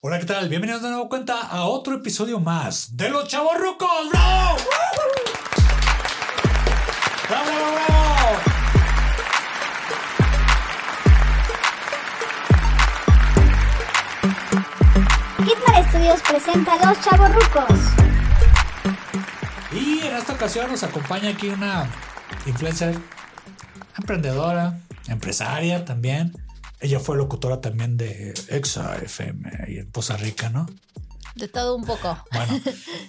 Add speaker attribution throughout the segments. Speaker 1: Hola, ¿qué tal? Bienvenidos de nuevo cuenta a otro episodio más de Los Chavos Rucos. ¡Bravo! ¡Bravo, bravo, bravo!
Speaker 2: Hitman Studios presenta a Los Chavorrucos.
Speaker 1: Y en esta ocasión nos acompaña aquí una influencer, emprendedora, empresaria también. Ella fue locutora también de Exa FM y en Poza Rica, ¿no?
Speaker 3: De todo un poco.
Speaker 1: Bueno,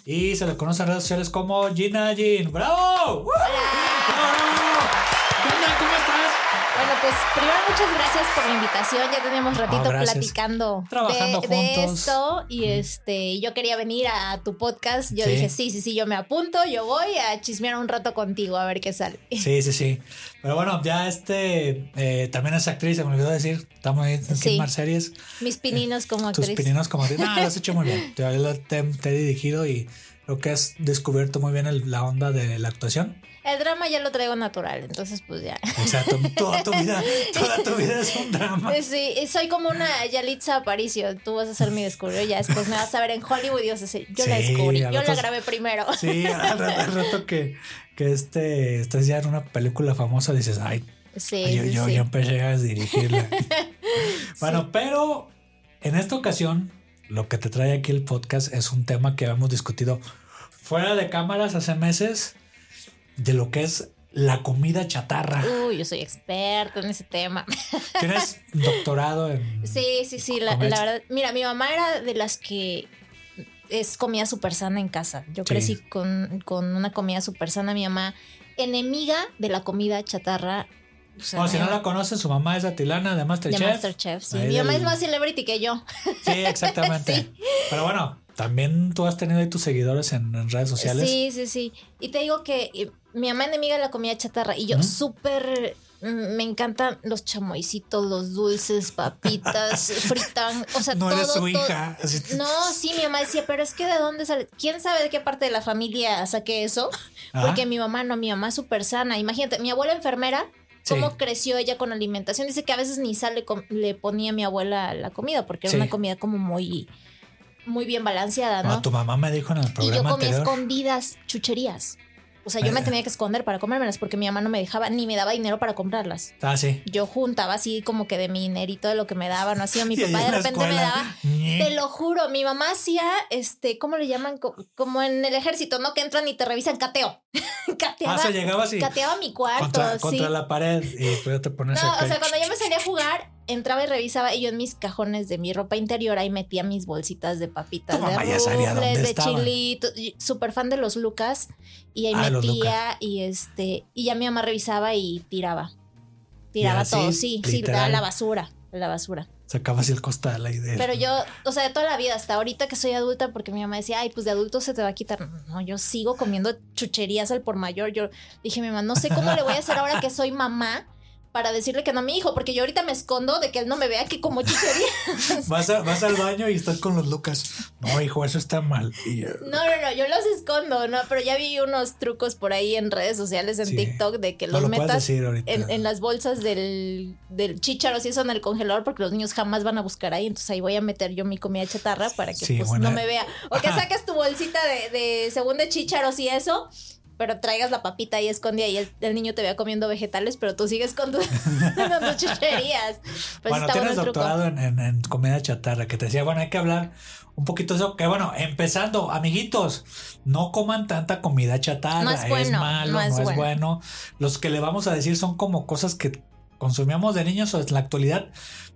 Speaker 1: y se le conoce en redes sociales como Gina Jean. ¡Bravo! ¡Bravo, bravo! ¿Qué onda? ¿Cómo estás?
Speaker 3: Bueno, pues primero muchas gracias por la invitación. Ya tenemos ratito
Speaker 1: Ah, gracias.
Speaker 3: platicando
Speaker 1: Trabajando
Speaker 3: de, de
Speaker 1: juntos.
Speaker 3: esto y este, yo quería venir a tu podcast. Yo
Speaker 1: Sí.
Speaker 3: dije, sí, sí, sí, yo me apunto, yo voy a chismear un rato contigo a ver qué sale.
Speaker 1: Sí, sí, sí. Pero bueno, ya este eh, también es actriz, se me olvidó decir. Estamos ahí en
Speaker 3: Sí.
Speaker 1: Kidmar Series.
Speaker 3: Mis pininos como
Speaker 1: Tus
Speaker 3: actriz.
Speaker 1: pininos como actriz. No, lo has hecho muy bien. Yo lo te, te he dirigido y creo que has descubierto muy bien el- la onda de la actuación.
Speaker 3: El drama ya lo traigo natural, entonces pues ya.
Speaker 1: Exacto. Toda tu vida, toda tu vida es un drama.
Speaker 3: Sí, y soy como una Yalitza Aparicio. Tú vas a ser mi descubridor, ya después me vas a ver en Hollywood y vas a decir, yo la
Speaker 1: Sí,
Speaker 3: descubrí,
Speaker 1: al
Speaker 3: yo
Speaker 1: rato-
Speaker 3: la grabé primero.
Speaker 1: Sí, al rato, al rato que, que este, estás ya en una película famosa, dices, ay,
Speaker 3: Sí,
Speaker 1: yo,
Speaker 3: sí,
Speaker 1: yo,
Speaker 3: sí.
Speaker 1: yo empecé a dirigirla. bueno, pero en esta ocasión, lo que te trae aquí el podcast es un tema que habíamos discutido fuera de cámaras hace meses de lo que es la comida chatarra.
Speaker 3: Uy, yo soy experta en ese tema.
Speaker 1: Tienes doctorado en.
Speaker 3: Sí, sí, sí, la,
Speaker 1: Comer
Speaker 3: la
Speaker 1: ch-
Speaker 3: verdad. Mira, mi mamá era de las que es comida súper sana en casa. Yo
Speaker 1: Sí.
Speaker 3: crecí con, con una comida súper sana. Mi mamá, enemiga de la comida chatarra. O sea,
Speaker 1: Bueno, Oh, si
Speaker 3: mi
Speaker 1: no
Speaker 3: mamá-
Speaker 1: la conoces, su mamá es Atilana de
Speaker 3: de
Speaker 1: Masterchef.
Speaker 3: Masterchef. sí.
Speaker 1: Ahí
Speaker 3: Mi mamá
Speaker 1: del-
Speaker 3: es más celebrity que yo.
Speaker 1: Sí, exactamente.
Speaker 3: Sí.
Speaker 1: Pero bueno, también tú has tenido ahí tus seguidores en, en redes sociales.
Speaker 3: Sí, sí, sí. Y te digo que eh, mi mamá enemiga de la comida chatarra y yo
Speaker 1: ¿Mm?
Speaker 3: súper... mm, Me encantan los chamoisitos, los dulces, papitas, fritán, o sea,
Speaker 1: No
Speaker 3: todo,
Speaker 1: eres su
Speaker 3: todo-
Speaker 1: hija. así-
Speaker 3: No, sí, mi mamá decía, pero es que de dónde sale, quién sabe de qué parte de la familia saqué eso,
Speaker 1: Ajá.
Speaker 3: porque mi mamá no, mi mamá es súper sana. Imagínate, mi abuela enfermera,
Speaker 1: Sí.
Speaker 3: cómo creció ella con alimentación. Dice que a veces ni sal le, com- le ponía a mi abuela la comida, porque
Speaker 1: Sí.
Speaker 3: era una comida como muy, muy bien balanceada,
Speaker 1: No,
Speaker 3: ¿no?
Speaker 1: tu mamá me dijo en el
Speaker 3: y yo
Speaker 1: programa
Speaker 3: comía
Speaker 1: anterior.
Speaker 3: escondidas chucherías. O sea, yo me
Speaker 1: Eh.
Speaker 3: tenía que esconder para comérmelas porque mi mamá no me dejaba ni me daba dinero para comprarlas.
Speaker 1: Ah, sí.
Speaker 3: Yo juntaba así como que de mi dinerito de lo que me daban, o así, o mi
Speaker 1: Y ahí
Speaker 3: papá de
Speaker 1: en la
Speaker 3: repente me
Speaker 1: escuela,
Speaker 3: daba
Speaker 1: ñe.
Speaker 3: te lo juro, mi mamá hacía, este, ¿cómo le llaman? Co- Como en el ejército, ¿no? Que entran y te revisan cateo.
Speaker 1: Ah,
Speaker 3: cateaba,
Speaker 1: se llegaba así.
Speaker 3: cateaba mi cuarto,
Speaker 1: Contra,
Speaker 3: sí.
Speaker 1: contra la pared y después ya te pones
Speaker 3: No,
Speaker 1: acá
Speaker 3: o
Speaker 1: y-
Speaker 3: sea, cuando yo me salía a jugar, entraba y revisaba y yo en mis cajones de mi ropa interior ahí metía mis bolsitas de papitas,
Speaker 1: Tu
Speaker 3: de
Speaker 1: mamá ya sabía dónde
Speaker 3: rufles, de
Speaker 1: estaban.
Speaker 3: chilitos. Súper fan de los Lucas y ahí
Speaker 1: Ah, los
Speaker 3: metía y este, y ya mi mamá revisaba y tiraba. Tiraba
Speaker 1: así,
Speaker 3: todo, sí, sí, a
Speaker 1: literal.
Speaker 3: la basura, a la basura.
Speaker 1: Sacaba así el costal ahí de.
Speaker 3: Pero yo, o sea, de toda la vida, hasta ahorita que soy adulta, porque mi mamá decía, ay, pues de adulto se te va a quitar. No, yo sigo comiendo chucherías al por mayor. Yo dije, mi mamá, no sé cómo le voy a hacer ahora que soy mamá para decirle que no a mi hijo, porque yo ahorita me escondo de que él no me vea que como chucherías.
Speaker 1: Vas, a- vas al baño y estás con los Lucas. No, hijo, eso está mal. Y, eh,
Speaker 3: No, no, no, yo los escondo, ¿no? Pero ya vi unos trucos por ahí en redes sociales, en
Speaker 1: Sí.
Speaker 3: TikTok, de que
Speaker 1: no
Speaker 3: los
Speaker 1: lo puedes
Speaker 3: metas
Speaker 1: decir ahorita.
Speaker 3: en, en las bolsas del, del chícharo, si eso en el congelador, porque los niños jamás van a buscar ahí. Entonces ahí voy a meter yo mi comida chatarra para que
Speaker 1: Sí,
Speaker 3: pues,
Speaker 1: buena-
Speaker 3: no me vea. O que saques tu bolsita de, de según de chícharos y eso, pero traigas la papita ahí escondida y el, el niño te vea comiendo vegetales, pero tú sigues con, tu- con tus chucherías. Pues
Speaker 1: bueno,
Speaker 3: está bueno
Speaker 1: tienes
Speaker 3: el truco.
Speaker 1: doctorado en, en- en comida chatarra que te decía, bueno, hay que hablar un poquito de eso. Que bueno, empezando, amiguitos, no coman tanta comida chatarra.
Speaker 3: No es bueno,
Speaker 1: malo, no
Speaker 3: no
Speaker 1: es,
Speaker 3: es
Speaker 1: bueno.
Speaker 3: bueno.
Speaker 1: Los que le vamos a decir son como cosas que consumíamos de niños o en la actualidad,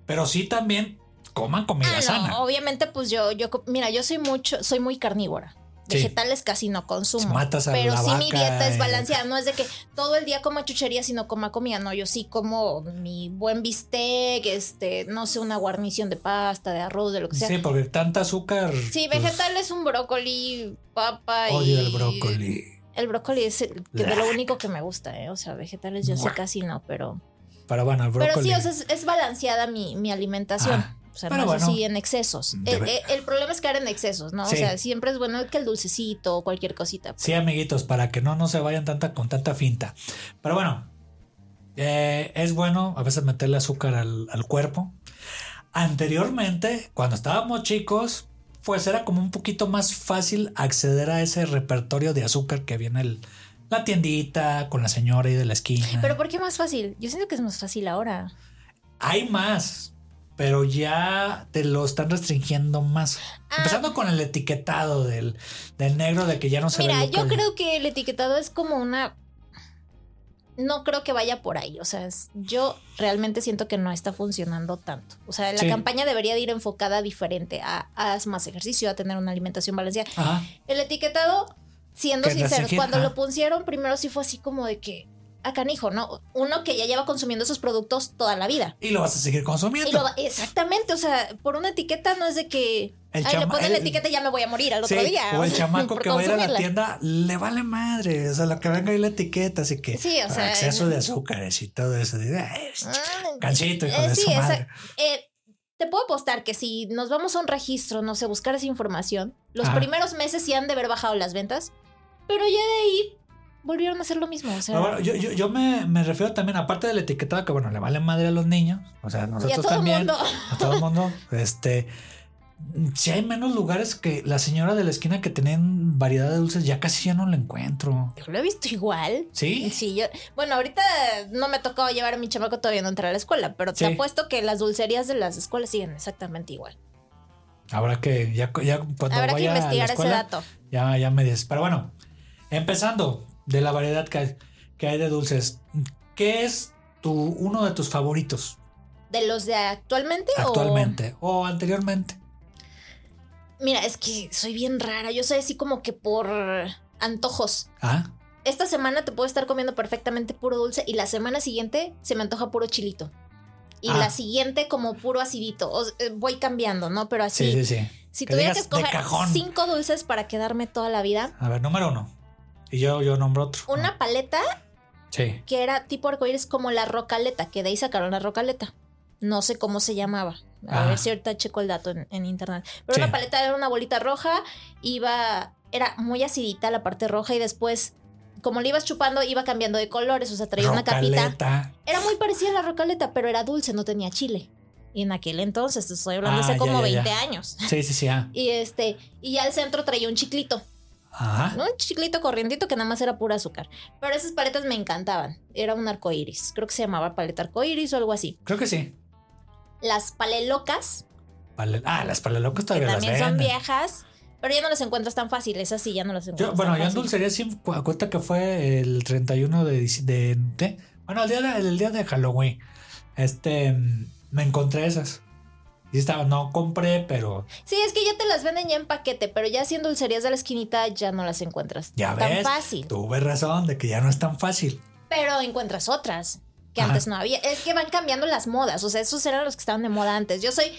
Speaker 1: pero sí también coman comida
Speaker 3: Ah, no,
Speaker 1: sana.
Speaker 3: obviamente, pues yo, yo, co- mira, yo soy mucho, soy muy carnívora.
Speaker 1: Sí.
Speaker 3: Vegetales casi no consumo.
Speaker 1: Matas a
Speaker 3: pero
Speaker 1: la
Speaker 3: sí mi
Speaker 1: vaca,
Speaker 3: dieta
Speaker 1: eh.
Speaker 3: es balanceada. No es de que todo el día coma chucherías y no coma comida. No, yo sí como mi buen bistec, este, no sé, una guarnición de pasta, de arroz, de lo que sea.
Speaker 1: sí,
Speaker 3: Sí,
Speaker 1: porque tanta azúcar. pues,
Speaker 3: vegetales, un brócoli, papa y.
Speaker 1: Odio el brócoli.
Speaker 3: El brócoli es el- que de lo único que me gusta, ¿eh? O sea, vegetales yo sí casi no, pero.
Speaker 1: Pero bueno, el brócoli.
Speaker 3: Pero sí, o sea, es, es balanceada mi, mi alimentación.
Speaker 1: Ah,
Speaker 3: o sea,
Speaker 1: pero
Speaker 3: no es así
Speaker 1: bueno.
Speaker 3: en excesos.
Speaker 1: De
Speaker 3: El,
Speaker 1: ver-
Speaker 3: el- el problema es caer en excesos, ¿no?
Speaker 1: Sí.
Speaker 3: O sea, siempre es bueno que el dulcecito o cualquier cosita.
Speaker 1: Sí, amiguitos, para que no, no se vayan tanta, con tanta finta. Pero bueno, eh, es bueno a veces meterle azúcar al, al cuerpo. Anteriormente, cuando estábamos chicos, pues era como un poquito más fácil acceder a ese repertorio de azúcar que viene el, la tiendita con la señora y de la esquina.
Speaker 3: Pero ¿por qué más fácil? Yo siento que es más fácil ahora.
Speaker 1: Hay más, pero ya te lo están restringiendo más.
Speaker 3: Ah.
Speaker 1: Empezando con el etiquetado del, del negro de que ya no se
Speaker 3: Mira,
Speaker 1: ve
Speaker 3: yo
Speaker 1: local.
Speaker 3: creo que el etiquetado es como una... No creo que vaya por ahí, o sea, es- yo realmente siento que no está funcionando tanto. O sea, la
Speaker 1: Sí.
Speaker 3: campaña debería de ir enfocada diferente a haz más ejercicio, a tener una alimentación balanceada.
Speaker 1: Ajá.
Speaker 3: El etiquetado, siendo
Speaker 1: Que la
Speaker 3: sinceros,
Speaker 1: siguiente-
Speaker 3: cuando
Speaker 1: ah.
Speaker 3: lo pusieron primero sí fue así como de que, a canijo, ¿no? Uno que ya lleva consumiendo esos productos toda la vida.
Speaker 1: Y lo vas a seguir consumiendo.
Speaker 3: Y lo va- exactamente, o sea, por una etiqueta no es de que
Speaker 1: El
Speaker 3: ay, le
Speaker 1: chama-
Speaker 3: ponen la
Speaker 1: el-
Speaker 3: etiqueta y ya me voy a morir al
Speaker 1: Sí,
Speaker 3: otro día.
Speaker 1: O el
Speaker 3: sea,
Speaker 1: chamaco
Speaker 3: por
Speaker 1: que va a ir a la
Speaker 3: consumirla.
Speaker 1: tienda le vale madre. O sea, lo que venga ahí la etiqueta, así que
Speaker 3: Sí, o sea,
Speaker 1: exceso
Speaker 3: no.
Speaker 1: de azúcares y todo eso. de, "Ay,
Speaker 3: Ah,
Speaker 1: Cansito, hijo
Speaker 3: eh,
Speaker 1: de
Speaker 3: sí,
Speaker 1: su
Speaker 3: esa-
Speaker 1: madre.
Speaker 3: eh, te puedo apostar que si nos vamos a un registro, no sé, buscar esa información, los
Speaker 1: Ajá.
Speaker 3: primeros meses sí han de haber bajado las ventas, pero ya de ahí volvieron a hacer lo mismo. O sea,
Speaker 1: Pero bueno, yo, yo, yo me, me refiero también, aparte del etiquetado, que bueno, le vale madre a los niños. O sea,
Speaker 3: y a
Speaker 1: nosotros
Speaker 3: todo
Speaker 1: también.
Speaker 3: el mundo.
Speaker 1: A todo el mundo. Este. Si hay menos lugares que la señora de la esquina que tenían variedad de dulces, ya casi ya no la encuentro.
Speaker 3: Yo lo he visto igual.
Speaker 1: ¿Sí?
Speaker 3: Sí, yo, bueno, ahorita no me ha tocado llevar a mi chamaco todavía no entrar a la escuela, pero
Speaker 1: Sí.
Speaker 3: te apuesto que las dulcerías de las escuelas siguen exactamente igual.
Speaker 1: Habrá que, ya, ya cuando
Speaker 3: Habrá que
Speaker 1: vaya a la
Speaker 3: investigar ese
Speaker 1: escuela,
Speaker 3: dato.
Speaker 1: Ya, ya me dices. Pero bueno, empezando de la variedad que hay, que hay de dulces, ¿qué es tu, uno de tus favoritos
Speaker 3: ¿De los de actualmente, o-
Speaker 1: actualmente o anteriormente?
Speaker 3: Mira, es que soy bien rara. Yo soy así como que por antojos.
Speaker 1: Ah,
Speaker 3: Esta semana te puedo estar comiendo perfectamente puro dulce y la semana siguiente se me antoja puro chilito. Y
Speaker 1: Ah.
Speaker 3: la siguiente como puro acidito. O- eh, voy cambiando, ¿no? Pero así,
Speaker 1: sí, sí, sí.
Speaker 3: si
Speaker 1: Que
Speaker 3: tuviera que
Speaker 1: digas, de
Speaker 3: escoger
Speaker 1: cajón.
Speaker 3: cinco dulces para quedarme toda la vida,
Speaker 1: A ver, número uno. Y yo, yo nombro otro. Ah,
Speaker 3: una paleta
Speaker 1: Sí.
Speaker 3: que era tipo arcoíris como la rocaleta, que de ahí sacaron la rocaleta. No sé cómo se llamaba. A
Speaker 1: Ah.
Speaker 3: ver si ahorita checo el dato en, en internet. Pero
Speaker 1: Sí.
Speaker 3: una paleta era una bolita roja, iba, era muy acidita la parte roja y después, como le ibas chupando, iba cambiando de colores, o sea, traía una capita.
Speaker 1: Rocaleta.
Speaker 3: Era muy parecida a la rocaleta, pero era dulce, no tenía chile. Y en aquel entonces, te estoy hablando
Speaker 1: Ah,
Speaker 3: hace
Speaker 1: ya,
Speaker 3: como
Speaker 1: ya, ya.
Speaker 3: 20 años.
Speaker 1: Sí, sí, sí. ah.
Speaker 3: Y este, y ya al centro traía un chiclito.
Speaker 1: Ajá.
Speaker 3: ¿no? Un chiclito corrientito que nada más era pura azúcar. Pero esas paletas me encantaban. Era un arcoíris. Creo que se llamaba paleta arcoíris o algo así.
Speaker 1: Creo que sí.
Speaker 3: Las palelocas,
Speaker 1: Vale. Ah, las palalocas
Speaker 3: que
Speaker 1: todavía las
Speaker 3: también son
Speaker 1: venden.
Speaker 3: viejas, pero ya no las encuentras tan fácil. Esas Pues sí, ya no las
Speaker 1: Yo,
Speaker 3: encuentras.
Speaker 1: bueno,
Speaker 3: tan
Speaker 1: yo en
Speaker 3: fácil.
Speaker 1: dulcería sí cu- cuenta que fue el 31 de, dic- de, de- bueno, el día de, el día de Halloween. Este mm, me encontré esas. Y estaba, no compré, pero
Speaker 3: Sí, es que ya te las venden ya en paquete, pero ya haciendo dulcerías de la esquinita ya no las encuentras.
Speaker 1: Ya
Speaker 3: tan
Speaker 1: ves.
Speaker 3: fácil.
Speaker 1: tuve razón de que ya no es tan fácil.
Speaker 3: Pero encuentras otras que
Speaker 1: Ajá.
Speaker 3: antes no había. Es que van cambiando las modas. O sea, esos eran los que estaban de moda antes. Yo soy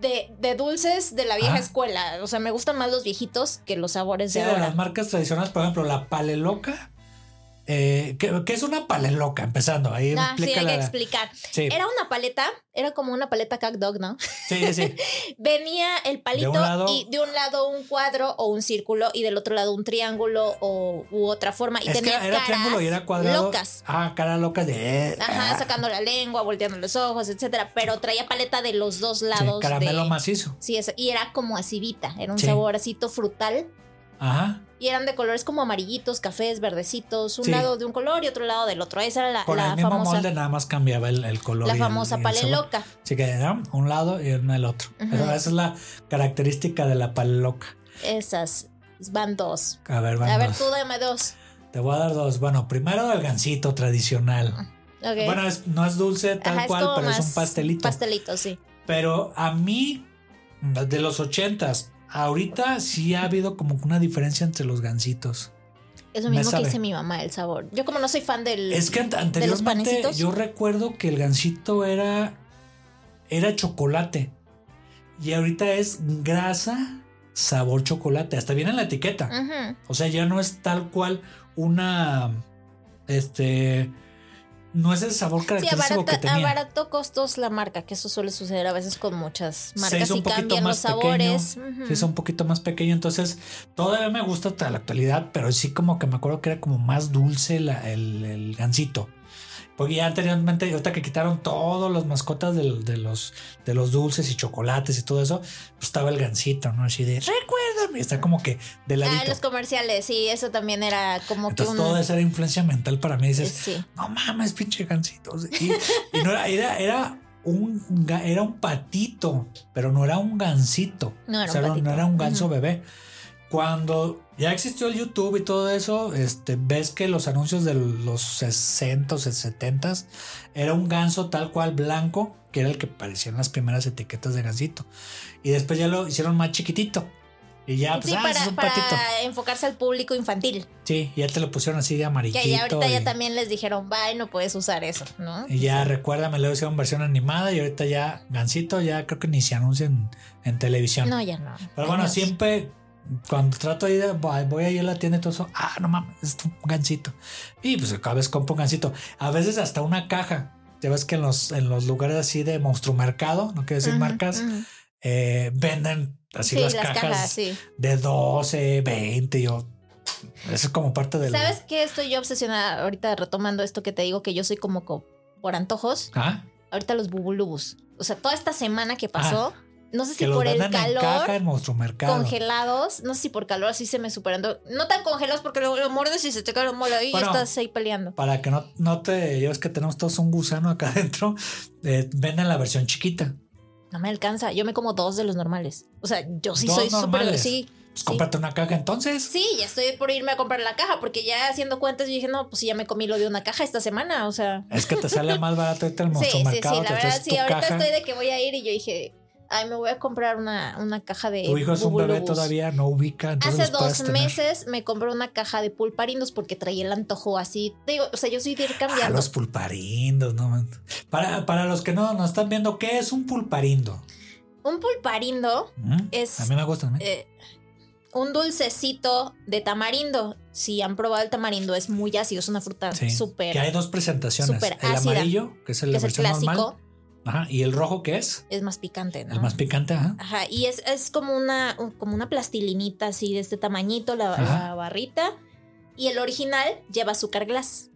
Speaker 3: de, de dulces de la vieja
Speaker 1: Ah.
Speaker 3: escuela. O sea, me gustan más los viejitos que los sabores
Speaker 1: Sí,
Speaker 3: de
Speaker 1: de las
Speaker 3: ahora.
Speaker 1: marcas tradicionales, por ejemplo, la paleloca. Eh, ¿qué, qué es una paleloca? Empezando, ahí
Speaker 3: Ah, sí, hay
Speaker 1: explícala.
Speaker 3: que explicar.
Speaker 1: Sí,
Speaker 3: Era una paleta, era como una paleta cat dog, ¿no?
Speaker 1: sí, sí.
Speaker 3: Venía el palito
Speaker 1: un lado-
Speaker 3: y de un lado un cuadro o un círculo y del otro lado un triángulo o, u otra forma. Y
Speaker 1: es que
Speaker 3: tenía
Speaker 1: era
Speaker 3: caras
Speaker 1: triángulo y era cuadrado.
Speaker 3: locas.
Speaker 1: Ah, cara loca de. ah,
Speaker 3: Ajá, sacando la lengua, volteando los ojos, etcétera. Pero traía paleta de los dos
Speaker 1: Sí,
Speaker 3: lados.
Speaker 1: caramelo
Speaker 3: de-
Speaker 1: macizo.
Speaker 3: Sí, eso. Y era como acidita. Era un
Speaker 1: Sí.
Speaker 3: saborcito frutal.
Speaker 1: Ajá.
Speaker 3: Y eran de colores como amarillitos, cafés, verdecitos. Un
Speaker 1: Sí.
Speaker 3: lado de un color y otro lado del otro. Esa era la,
Speaker 1: Con
Speaker 3: la
Speaker 1: el mismo
Speaker 3: famosa,
Speaker 1: molde nada más cambiaba el, el color.
Speaker 3: la
Speaker 1: y el- y
Speaker 3: famosa
Speaker 1: el sabor.
Speaker 3: paleloca.
Speaker 1: Así que era un lado y en el otro.
Speaker 3: Ujú.
Speaker 1: Pero esa es la característica de la paleloca.
Speaker 3: Esas van dos.
Speaker 1: A ver, van
Speaker 3: A ver,
Speaker 1: dos.
Speaker 3: tú dame dos.
Speaker 1: Te voy a dar dos. Bueno, primero el gansito tradicional.
Speaker 3: Ok.
Speaker 1: Bueno, es- no es dulce tal
Speaker 3: Ajá,
Speaker 1: cual,
Speaker 3: como
Speaker 1: pero es un
Speaker 3: más
Speaker 1: pastelito.
Speaker 3: Pastelito, sí.
Speaker 1: pero a mí, de los ochentas, ahorita sí ha habido como una diferencia entre los gansitos.
Speaker 3: Es lo
Speaker 1: Me
Speaker 3: mismo que
Speaker 1: sabe.
Speaker 3: dice mi mamá, el sabor. Yo como no soy fan del...
Speaker 1: Es que an- anteriormente
Speaker 3: panecitos?
Speaker 1: yo recuerdo que el gansito era era chocolate y ahorita es grasa sabor chocolate, hasta viene en la etiqueta.
Speaker 3: Ujú.
Speaker 1: O sea, ya no es tal cual una este no es el sabor
Speaker 3: Sí,
Speaker 1: característico
Speaker 3: abarata,
Speaker 1: que tenía.
Speaker 3: abarató costos la marca, que eso suele suceder a veces con muchas
Speaker 1: Se
Speaker 3: marcas
Speaker 1: hizo
Speaker 3: y
Speaker 1: un poquito
Speaker 3: cambian los
Speaker 1: más
Speaker 3: sabores. Ujú. Ah,
Speaker 1: Sí, es un poquito más pequeño, entonces todavía me gusta hasta la actualidad, pero sí como que me acuerdo que era como más dulce la- el, el gansito. Porque ya anteriormente, ahorita que quitaron todos los mascotas del- de, los, de los dulces y chocolates y todo eso, pues estaba el gancito, ¿no? Así de, recuérdame, está como que de
Speaker 3: Ah,
Speaker 1: ladito.
Speaker 3: los comerciales, sí, eso también era como
Speaker 1: Entonces
Speaker 3: que un... eh,
Speaker 1: toda esa era influencia mental para mí. Dices,
Speaker 3: Sí.
Speaker 1: no mames, pinche gancito. Y, y no era, era, era un, ga- era un patito, pero no era un gansito.
Speaker 3: No era
Speaker 1: O sea,
Speaker 3: un
Speaker 1: no-
Speaker 3: patito.
Speaker 1: no era un ganso
Speaker 3: Ujú.
Speaker 1: bebé. Cuando ya existió el YouTube y todo eso, este, ves que los anuncios de los 60 o 70 era un ganso tal cual blanco, que era el que parecían las primeras etiquetas de gansito. Y después ya lo hicieron más chiquitito. Y ya, pues,
Speaker 3: Sí,
Speaker 1: ah, ese es
Speaker 3: para,
Speaker 1: un
Speaker 3: para
Speaker 1: patito.
Speaker 3: enfocarse al público infantil.
Speaker 1: Sí, ya te lo pusieron así de
Speaker 3: Que
Speaker 1: amarillito.
Speaker 3: ya ahorita
Speaker 1: y-
Speaker 3: ya también les dijeron, bye, no puedes usar eso, ¿no?
Speaker 1: Y ya recuérdame, luego hicieron versión animada y ahorita ya Gancito ya creo que ni se anuncia en, en televisión.
Speaker 3: No, ya no.
Speaker 1: Pero bueno,
Speaker 3: Ay, no.
Speaker 1: siempre cuando trato de ir, a- voy a ir a la tienda y todo eso, ah, no mames, es un Gancito. Y pues cada vez compro un Gancito. A veces hasta una caja. Ya ves que en los, en los lugares así de monstrumercado, no quiero decir
Speaker 3: Ujú,
Speaker 1: marcas,
Speaker 3: ujú.
Speaker 1: eh, venden así
Speaker 3: Sí,
Speaker 1: las,
Speaker 3: las,
Speaker 1: cajas,
Speaker 3: cajas, sí.
Speaker 1: de 12, 20. y Yo, eso es como parte del.
Speaker 3: ¿Sabes qué? Estoy yo obsesionada ahorita retomando esto que te digo, que yo soy como co- por antojos.
Speaker 1: Ah,
Speaker 3: Ahorita los bubulubus. O sea, toda esta semana que pasó, no sé si
Speaker 1: que los
Speaker 3: por el
Speaker 1: venden en
Speaker 3: calor,
Speaker 1: caja en monstrumercado.
Speaker 3: congelados, no sé si por calor así se me superando. No tan congelados porque luego lo muerdes y se te cae la mola y ya
Speaker 1: Bueno.
Speaker 3: estás ahí peleando.
Speaker 1: para que no, no te lleves que tenemos todos un gusano acá adentro, eh, venden la versión chiquita.
Speaker 3: No me alcanza. Yo me como dos de los normales. O sea, yo sí
Speaker 1: Dos
Speaker 3: soy súper.
Speaker 1: normales.
Speaker 3: Sí,
Speaker 1: Pues
Speaker 3: Sí.
Speaker 1: cómprate una caja entonces.
Speaker 3: sí, ya estoy por irme a comprar la caja porque ya haciendo cuentas yo dije, no, pues ya me comí lo de una caja esta semana. O sea,
Speaker 1: Es que te sale más barato irte al
Speaker 3: sí, sí, sí.
Speaker 1: monstruomercado,
Speaker 3: La
Speaker 1: te
Speaker 3: verdad,
Speaker 1: traes
Speaker 3: sí.
Speaker 1: tu
Speaker 3: Ahorita
Speaker 1: caja.
Speaker 3: estoy de que voy a ir y yo dije, ay, me voy a comprar una, una caja de.
Speaker 1: Tu hijo es un bebé
Speaker 3: Bubulubus".
Speaker 1: todavía, no ubica. Entonces
Speaker 3: Hace
Speaker 1: los puedes
Speaker 3: dos
Speaker 1: tener.
Speaker 3: meses me compré una caja de pulparindos porque traía el antojo así. Te digo, o sea, yo soy de ir
Speaker 1: Ah,
Speaker 3: cambiando.
Speaker 1: los pulparindos, no man. para, para los que no nos están viendo, ¿qué es un pulparindo?
Speaker 3: Un pulparindo
Speaker 1: ¿Mm?
Speaker 3: Es-
Speaker 1: a mí me gusta. también.
Speaker 3: eh, un dulcecito de tamarindo. Si han probado el tamarindo, es muy ácido, es una fruta
Speaker 1: Sí.
Speaker 3: súper.
Speaker 1: que hay dos presentaciones:
Speaker 3: súper
Speaker 1: el
Speaker 3: ácida,
Speaker 1: amarillo, que es el,
Speaker 3: que
Speaker 1: la
Speaker 3: es el
Speaker 1: versión
Speaker 3: clásico, Ah.
Speaker 1: normal, ajá, y el rojo, que es
Speaker 3: es más picante, ¿no?
Speaker 1: el más picante. Ajá.
Speaker 3: Ajá, y es, es como una un- como una plastilinita así de este tamañito, la,
Speaker 1: Ajá.
Speaker 3: la barrita. Y el original lleva azúcar glass.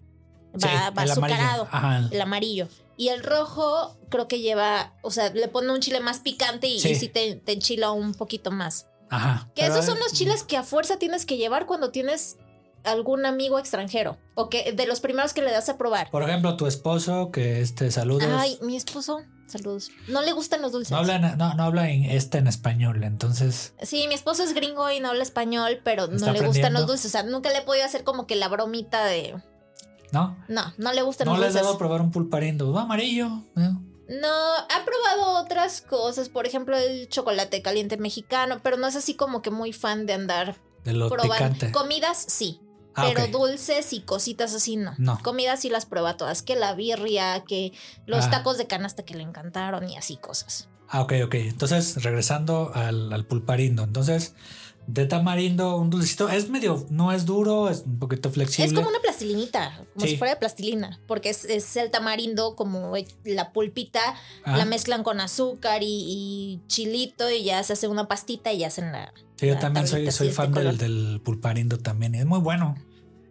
Speaker 3: Va,
Speaker 1: Sí,
Speaker 3: va
Speaker 1: el amarillo.
Speaker 3: azucarado,
Speaker 1: Ajá, el-
Speaker 3: el amarillo. Y el rojo creo que lleva, o sea, le pone un chile más picante y,
Speaker 1: Sí.
Speaker 3: y sí te, te enchila un poquito más.
Speaker 1: ajá.
Speaker 3: Que
Speaker 1: Pero mm,
Speaker 3: esos
Speaker 1: hay-
Speaker 3: son los chiles que a fuerza tienes que llevar cuando tienes algún amigo extranjero o que de los primeros que le das a probar.
Speaker 1: Por ejemplo, tu esposo, que este saludos.
Speaker 3: Ay, mi esposo, saludos. No le gustan los dulces.
Speaker 1: no habla, na- no, no habla en este en español, entonces.
Speaker 3: Sí, mi esposo es gringo y no habla español, pero no
Speaker 1: Está
Speaker 3: le gustan
Speaker 1: aprendiendo.
Speaker 3: los dulces. O sea, nunca le he podido hacer como que la bromita de.
Speaker 1: No.
Speaker 3: No, no le gustan
Speaker 1: No
Speaker 3: los
Speaker 1: les
Speaker 3: dulces.
Speaker 1: debo probar un pulparindo. Va amarillo. ¿no?
Speaker 3: No, ha probado otras cosas, por ejemplo, el chocolate caliente mexicano, pero no es así como que muy fan de andar
Speaker 1: De lo
Speaker 3: probando.
Speaker 1: picante.
Speaker 3: Comidas, sí,
Speaker 1: Ah,
Speaker 3: pero
Speaker 1: ok.
Speaker 3: dulces y cositas así no.
Speaker 1: No.
Speaker 3: Comidas sí las prueba todas, que la birria, que los
Speaker 1: Ah.
Speaker 3: tacos de canasta que le encantaron y así cosas.
Speaker 1: Ah, ok, ok. Entonces, regresando al, al pulparindo. Entonces, de tamarindo, un dulcecito. Es medio, no es duro, es un poquito flexible.
Speaker 3: Es como una plastilinita, como
Speaker 1: Sí.
Speaker 3: si fuera de plastilina, porque es, es el tamarindo, como la pulpita,
Speaker 1: Ah,
Speaker 3: la mezclan con azúcar y, y chilito y ya se hace una pastita y ya hacen la...
Speaker 1: sí, yo
Speaker 3: la
Speaker 1: también soy,
Speaker 3: tablita, sí,
Speaker 1: soy
Speaker 3: este
Speaker 1: fan del,
Speaker 3: color.
Speaker 1: del pulparindo también. Es muy bueno.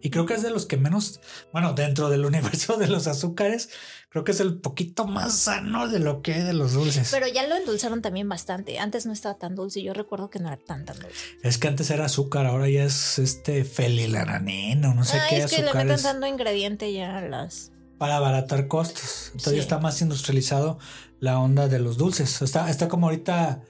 Speaker 1: Y creo que es de los que menos, bueno, dentro del universo de los azúcares, creo que es el poquito más sano de lo que hay de los dulces.
Speaker 3: Pero ya lo endulzaron también bastante. Antes no estaba tan dulce, yo recuerdo que no era tan tan dulce.
Speaker 1: Es que antes era azúcar, ahora ya es este felilaraneno, no sé
Speaker 3: Ay,
Speaker 1: qué
Speaker 3: Ah, es que le
Speaker 1: azúcares
Speaker 3: meten tanto ingrediente ya a las...
Speaker 1: para abaratar costos. Entonces
Speaker 3: Sí.
Speaker 1: ya está más industrializado la onda de los dulces. Está, está como ahorita.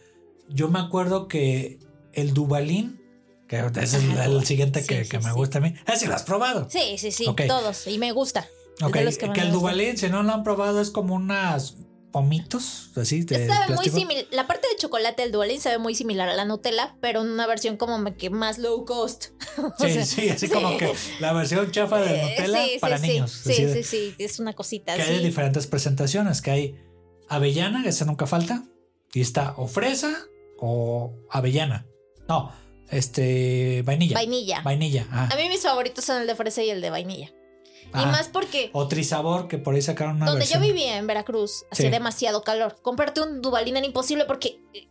Speaker 1: Yo me acuerdo que el Dubalín, que ese es
Speaker 3: Ajá,
Speaker 1: el siguiente
Speaker 3: sí,
Speaker 1: que,
Speaker 3: sí,
Speaker 1: que me
Speaker 3: sí.
Speaker 1: gusta a mí. Ese lo has probado.
Speaker 3: Sí, sí, sí,
Speaker 1: Ok.
Speaker 3: todos. Y me gusta.
Speaker 1: Ok,
Speaker 3: de los
Speaker 1: que,
Speaker 3: que más me
Speaker 1: el
Speaker 3: gustan.
Speaker 1: Dubalín, si no lo han probado, es como unas pomitos así de
Speaker 3: sabe muy
Speaker 1: plástico.
Speaker 3: similar. La parte de chocolate del Dualin sabe muy similar a la Nutella, pero en una versión como que más low cost. O
Speaker 1: Sí,
Speaker 3: sea,
Speaker 1: sí, así como
Speaker 3: sí.
Speaker 1: que la versión chafa de
Speaker 3: eh,
Speaker 1: Nutella
Speaker 3: sí,
Speaker 1: para
Speaker 3: sí,
Speaker 1: niños.
Speaker 3: Sí,
Speaker 1: así
Speaker 3: sí,
Speaker 1: de-
Speaker 3: sí, sí, es una cosita
Speaker 1: que hay de
Speaker 3: así.
Speaker 1: diferentes presentaciones, que hay avellana, que esa nunca falta, y está o fresa o avellana. No, este vainilla.
Speaker 3: Vainilla.
Speaker 1: Vainilla, ah, ajá.
Speaker 3: A mí mis favoritos son el de fresa y el de vainilla. Y
Speaker 1: ajá.
Speaker 3: más porque
Speaker 1: o trisabor, que por ahí sacaron una
Speaker 3: donde
Speaker 1: versión.
Speaker 3: yo vivía en Veracruz hacía
Speaker 1: Sí.
Speaker 3: demasiado calor. Comprarte un Dubalín era imposible porque eh,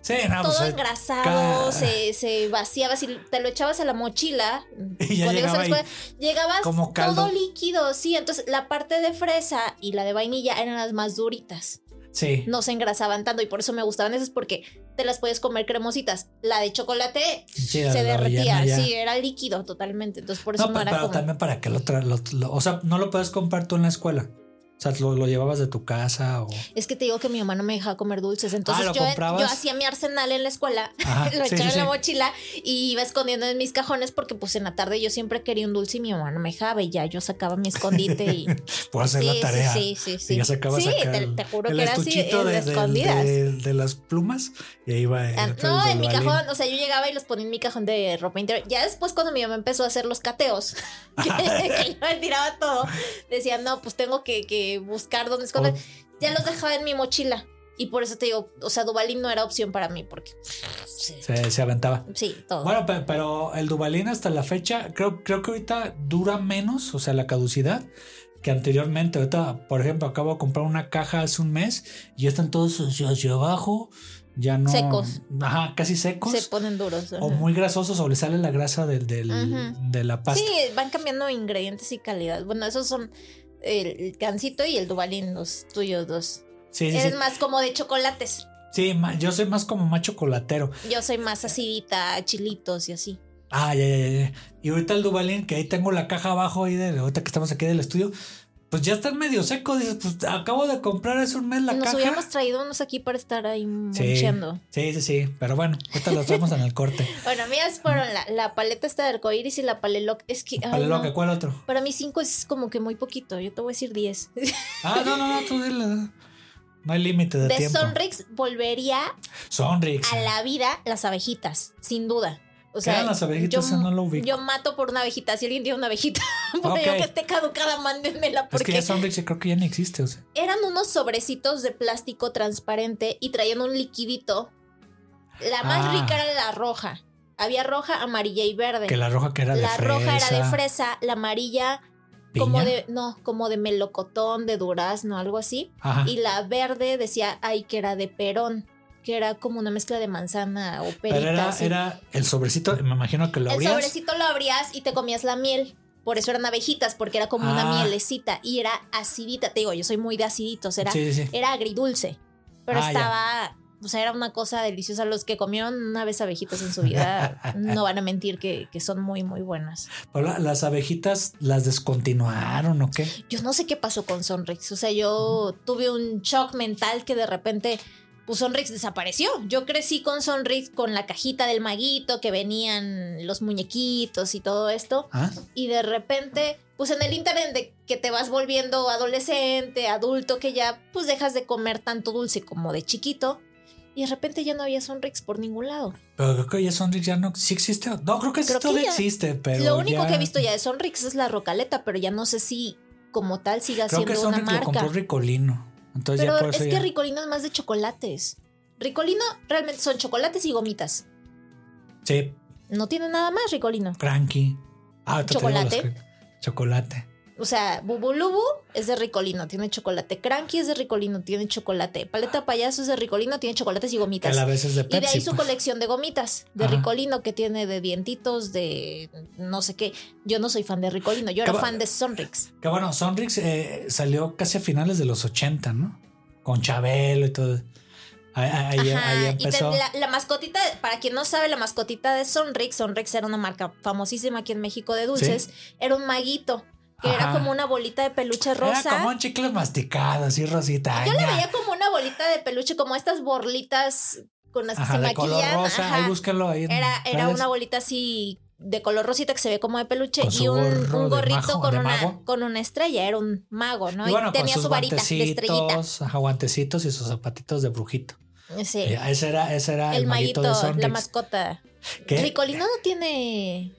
Speaker 1: Sí, no,
Speaker 3: todo
Speaker 1: pues, ca-
Speaker 3: engrasado, se, se vaciaba, si te lo echabas a la mochila,
Speaker 1: Y ya
Speaker 3: cuando ibas a
Speaker 1: llegaba
Speaker 3: la
Speaker 1: ahí,
Speaker 3: escuela, llegabas
Speaker 1: como caldo.
Speaker 3: todo líquido, sí, entonces la parte de fresa y la de vainilla eran las más duritas,
Speaker 1: sí.
Speaker 3: no se engrasaban tanto y por eso me gustaban esas porque te las puedes comer cremositas, la de chocolate
Speaker 1: Sí, la-
Speaker 3: se
Speaker 1: la rellena
Speaker 3: derretía,
Speaker 1: ya.
Speaker 3: sí, era líquido totalmente, entonces por eso
Speaker 1: No,
Speaker 3: no,
Speaker 1: pe-
Speaker 3: era
Speaker 1: pero
Speaker 3: como...
Speaker 1: también para que lo, tra- lo- lo- O sea, no lo puedes comprar tú en la escuela. O sea, lo, lo llevabas de tu casa o.
Speaker 3: Es que te digo que mi mamá no me dejaba comer dulces, entonces
Speaker 1: Ah, ¿lo
Speaker 3: yo,
Speaker 1: comprabas?
Speaker 3: yo hacía mi arsenal en la escuela,
Speaker 1: Ajá,
Speaker 3: lo
Speaker 1: Ah, sí,
Speaker 3: echaba
Speaker 1: sí,
Speaker 3: en la
Speaker 1: sí.
Speaker 3: mochila y iba escondiendo en mis cajones porque pues en la tarde yo siempre quería un dulce y mi mamá no me dejaba y ya yo sacaba mi escondite y
Speaker 1: Por hacer
Speaker 3: sí,
Speaker 1: Pues, la tarea.
Speaker 3: sí, sí, sí,
Speaker 1: Y ya sacabas
Speaker 3: sí,
Speaker 1: acá
Speaker 3: te,
Speaker 1: el-
Speaker 3: te juro
Speaker 1: el
Speaker 3: que era así
Speaker 1: estuchito
Speaker 3: en
Speaker 1: de, del-
Speaker 3: escondidas.
Speaker 1: de- de las plumas y ahí va.
Speaker 3: Ah,
Speaker 1: el-
Speaker 3: no,
Speaker 1: el
Speaker 3: en mi
Speaker 1: balín.
Speaker 3: cajón, o sea, yo llegaba y los ponía en mi cajón de ropa interior. Ya después cuando mi mamá empezó a hacer los cateos, que, que yo me tiraba todo, decía, no, pues tengo que, que buscar dónde esconder. ya los dejaba en mi mochila. Y por eso te digo, o sea, Duvalín no era opción para mí, porque sí,
Speaker 1: Se, se aventaba.
Speaker 3: sí, todo.
Speaker 1: Bueno, pe- pero el Dubalín hasta la fecha, creo, creo que ahorita dura menos, o sea, la caducidad que anteriormente. Ahorita, por ejemplo, acabo de comprar una caja hace un mes y ya están todos hacia, hacia abajo, ya no.
Speaker 3: Secos.
Speaker 1: Ajá, casi secos.
Speaker 3: se ponen duros.
Speaker 1: o
Speaker 3: ajá.
Speaker 1: muy grasosos o le sale la grasa del, del-
Speaker 3: Ujú.
Speaker 1: de la pasta.
Speaker 3: Sí, van cambiando ingredientes y calidad. Bueno, esos son el cancito y el Duvalín, los tuyos dos.
Speaker 1: Sí, sí, sí.
Speaker 3: Eres más como de chocolates.
Speaker 1: Sí, ma- yo soy más como más chocolatero.
Speaker 3: Yo soy más acidita, chilitos y así.
Speaker 1: Ah, ya, ya, ya, ya. Y ahorita el Dubalín, que ahí tengo la caja abajo ahí de ahorita que estamos aquí del estudio, pues ya están medio secos. Dices, pues acabo de comprar hace un mes la
Speaker 3: Nos
Speaker 1: caja.
Speaker 3: hubiéramos traído unos aquí para estar ahí
Speaker 1: Sí,
Speaker 3: moncheando.
Speaker 1: sí, sí, sí. Pero bueno, ahorita las vemos en el corte.
Speaker 3: Bueno, mías fueron la, la paleta esta de arcoíris y la paleloc. Es que. ay,
Speaker 1: Vale,
Speaker 3: no.
Speaker 1: lo que, ¿cuál otro?
Speaker 3: Para mí cinco es como que muy poquito. Yo te voy a decir 10.
Speaker 1: Ah, no, no, no, tú dile. No hay límite de,
Speaker 3: De
Speaker 1: tiempo.
Speaker 3: Sonrix volvería
Speaker 1: Sonrix.
Speaker 3: a la vida las abejitas, sin duda. O sea,
Speaker 1: eran las abejitas?
Speaker 3: yo-
Speaker 1: Esa no la ubico.
Speaker 3: Yo mato por una abejita. Si alguien tiene una abejita, por
Speaker 1: Ok.
Speaker 3: yo que esté caducada, mándenmela
Speaker 1: Es que
Speaker 3: porque
Speaker 1: ya Sonrix creo que ya ni existe, o sea.
Speaker 3: eran unos sobrecitos de plástico transparente y traían un liquidito. La más
Speaker 1: Ah.
Speaker 3: rica era la roja. Había roja, amarilla y verde.
Speaker 1: Que la roja que era de
Speaker 3: la
Speaker 1: fresa.
Speaker 3: roja era de fresa, la amarilla como
Speaker 1: piña.
Speaker 3: de no, como de melocotón, de durazno, algo así.
Speaker 1: Ajá.
Speaker 3: Y la verde decía, ay, que era de perón, que era como una mezcla de manzana o perita.
Speaker 1: Pero era,
Speaker 3: así.
Speaker 1: era el sobrecito, me imagino que lo
Speaker 3: el
Speaker 1: abrías.
Speaker 3: sobrecito lo abrías y te comías la miel. Por eso eran abejitas, porque era como una
Speaker 1: Ah.
Speaker 3: mielecita y era acidita. Te digo, yo soy muy de aciditos, era,
Speaker 1: Sí, sí, sí.
Speaker 3: era agridulce. Pero
Speaker 1: Ah, ya.
Speaker 3: estaba, o sea, era una cosa deliciosa. Los que comieron una vez abejitas en su vida no van a mentir que, que son muy, muy buenas.
Speaker 1: Pero la- las abejitas las descontinuaron o qué?
Speaker 3: Yo no sé qué pasó con Sonrix. O sea, yo tuve un shock mental que de repente, pues Sonrix desapareció. Yo crecí con Sonrix, con la cajita del maguito, que venían los muñequitos y todo esto.
Speaker 1: ¿Ah?
Speaker 3: Y de repente, pues en el internet de que te vas volviendo adolescente, adulto, que ya pues dejas de comer tanto dulce como de chiquito. Y de repente ya no había Sonrix por ningún lado.
Speaker 1: Pero creo que ya Sonrix ya no. Sí existe. No, creo que sí
Speaker 3: Creo que
Speaker 1: todavía
Speaker 3: ya-
Speaker 1: existe, pero.
Speaker 3: Lo único
Speaker 1: ya-
Speaker 3: que he visto ya de Sonrix es la rocaleta, pero ya no sé si como tal siga
Speaker 1: Creo
Speaker 3: siendo
Speaker 1: que
Speaker 3: una
Speaker 1: Sonrix lo
Speaker 3: marca.
Speaker 1: compró Ricolino. Entonces ya
Speaker 3: Pero
Speaker 1: por
Speaker 3: es
Speaker 1: eso
Speaker 3: que
Speaker 1: ya-
Speaker 3: Ricolino es más de chocolates. Ricolino realmente son chocolates y gomitas.
Speaker 1: Sí,
Speaker 3: No tiene nada más Ricolino.
Speaker 1: cranky. Ah, ahorita te digo los
Speaker 3: Chocolate.
Speaker 1: que- Chocolate.
Speaker 3: O sea, Bubulubu es de Ricolino, tiene chocolate. Cranky es de Ricolino, tiene chocolate. Paleta Payaso es de Ricolino, tiene chocolates y
Speaker 1: Que a la
Speaker 3: gomitas.
Speaker 1: vez es de
Speaker 3: Y
Speaker 1: Pepsi.
Speaker 3: de ahí su
Speaker 1: pues.
Speaker 3: colección de gomitas, de
Speaker 1: Ajá.
Speaker 3: Ricolino, que tiene de dientitos, de no sé qué. Yo no soy fan de Ricolino, yo era
Speaker 1: Caba-
Speaker 3: fan de Sonrix.
Speaker 1: Que bueno, Sonrix eh, salió casi a finales de los 80, ¿no? Con Chabelo y todo. Ahí, ahí- ahí
Speaker 3: Ajá, y te-
Speaker 1: empezó.
Speaker 3: la, la mascotita, para quien no sabe, la mascotita de Sonrix, Sonrix era una marca famosísima aquí en México de dulces, era un maguito, que era
Speaker 1: Ajá.
Speaker 3: como una bolita de peluche rosa.
Speaker 1: Era como un chicle masticado, así rosita.
Speaker 3: Yo la
Speaker 1: ña.
Speaker 3: veía como una bolita de peluche, como estas borlitas con las que
Speaker 1: Ajá,
Speaker 3: se
Speaker 1: de color
Speaker 3: maquillan.
Speaker 1: rosa.
Speaker 3: ajá.
Speaker 1: Ahí búsquenlo ahí. en
Speaker 3: Era, era
Speaker 1: redes.
Speaker 3: una bolita así de color rosita que se ve como de peluche
Speaker 1: Con su
Speaker 3: y un,
Speaker 1: gorro
Speaker 3: un
Speaker 1: de
Speaker 3: gorrito
Speaker 1: majo-
Speaker 3: con,
Speaker 1: de
Speaker 3: una,
Speaker 1: mago.
Speaker 3: con una estrella, era un mago, ¿no?
Speaker 1: y
Speaker 3: Y,
Speaker 1: bueno,
Speaker 3: tenía
Speaker 1: con sus
Speaker 3: su varita de estrellita.
Speaker 1: guantecitos, ajá, guantecitos y sus zapatitos de brujito.
Speaker 3: Sí.
Speaker 1: Eh, Ese era, ese era el,
Speaker 3: el maguito,
Speaker 1: de
Speaker 3: la
Speaker 1: Sonrix.
Speaker 3: mascota.
Speaker 1: ¿Qué?
Speaker 3: Ricolino no tiene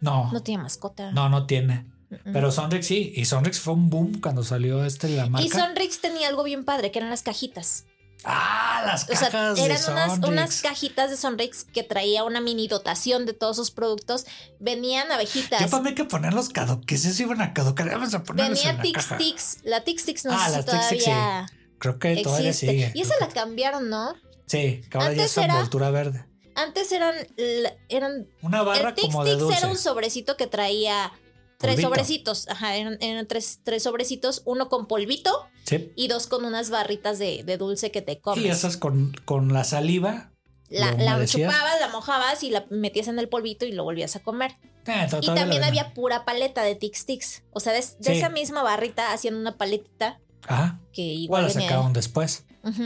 Speaker 1: No,
Speaker 3: No tiene mascota. Mm,
Speaker 1: no, no tiene.
Speaker 3: Mm-mm.
Speaker 1: Pero Sonrix sí, y Sonrix fue un boom cuando salió este la marca.
Speaker 3: y Sonrix tenía algo bien padre, que eran las cajitas.
Speaker 1: Ah, las
Speaker 3: O sea,
Speaker 1: cajas de
Speaker 3: eran unas,
Speaker 1: Sonrix.
Speaker 3: unas cajitas de Sonrix que traía una mini dotación de todos sus productos. Venían
Speaker 1: Yo
Speaker 3: abejitas,
Speaker 1: para mí hay que ponerlos caduques, que se iban a caducar. Vamos a ponerlos en
Speaker 3: venía
Speaker 1: la
Speaker 3: Tix
Speaker 1: caja.
Speaker 3: Tix. La Tix Tix no
Speaker 1: Ah,
Speaker 3: sé
Speaker 1: la
Speaker 3: si
Speaker 1: Tix Tix, sí.
Speaker 3: todavía
Speaker 1: Creo que todavía
Speaker 3: existe.
Speaker 1: sigue.
Speaker 3: Y esa la cambiaron, ¿no?
Speaker 1: Sí, que ahora ya
Speaker 3: Antes
Speaker 1: es una
Speaker 3: era-
Speaker 1: envoltura verde.
Speaker 3: Antes eran, l- eran
Speaker 1: Una barra
Speaker 3: el Tix
Speaker 1: como de
Speaker 3: Tix
Speaker 1: dulce.
Speaker 3: era un sobrecito que traía tres
Speaker 1: Polvito.
Speaker 3: sobrecitos. Ajá, eran, eran tres, tres sobrecitos, uno con polvito
Speaker 1: Sí.
Speaker 3: y dos con unas barritas de, de dulce que te comes.
Speaker 1: Y esas con, con la saliva.
Speaker 3: la,
Speaker 1: lo
Speaker 3: la
Speaker 1: humedecías.
Speaker 3: chupabas, la mojabas y la metías en el polvito y lo volvías a comer.
Speaker 1: Ah, to-
Speaker 3: Y
Speaker 1: todavía
Speaker 3: también
Speaker 1: la
Speaker 3: había
Speaker 1: venden.
Speaker 3: pura paleta de Tix Tix. O sea, de, de
Speaker 1: Sí.
Speaker 3: esa misma barrita hacían una paletita
Speaker 1: Ajá.
Speaker 3: que
Speaker 1: Igual
Speaker 3: igual
Speaker 1: Ah, la
Speaker 3: venía.
Speaker 1: sacaron después.
Speaker 3: Ujú.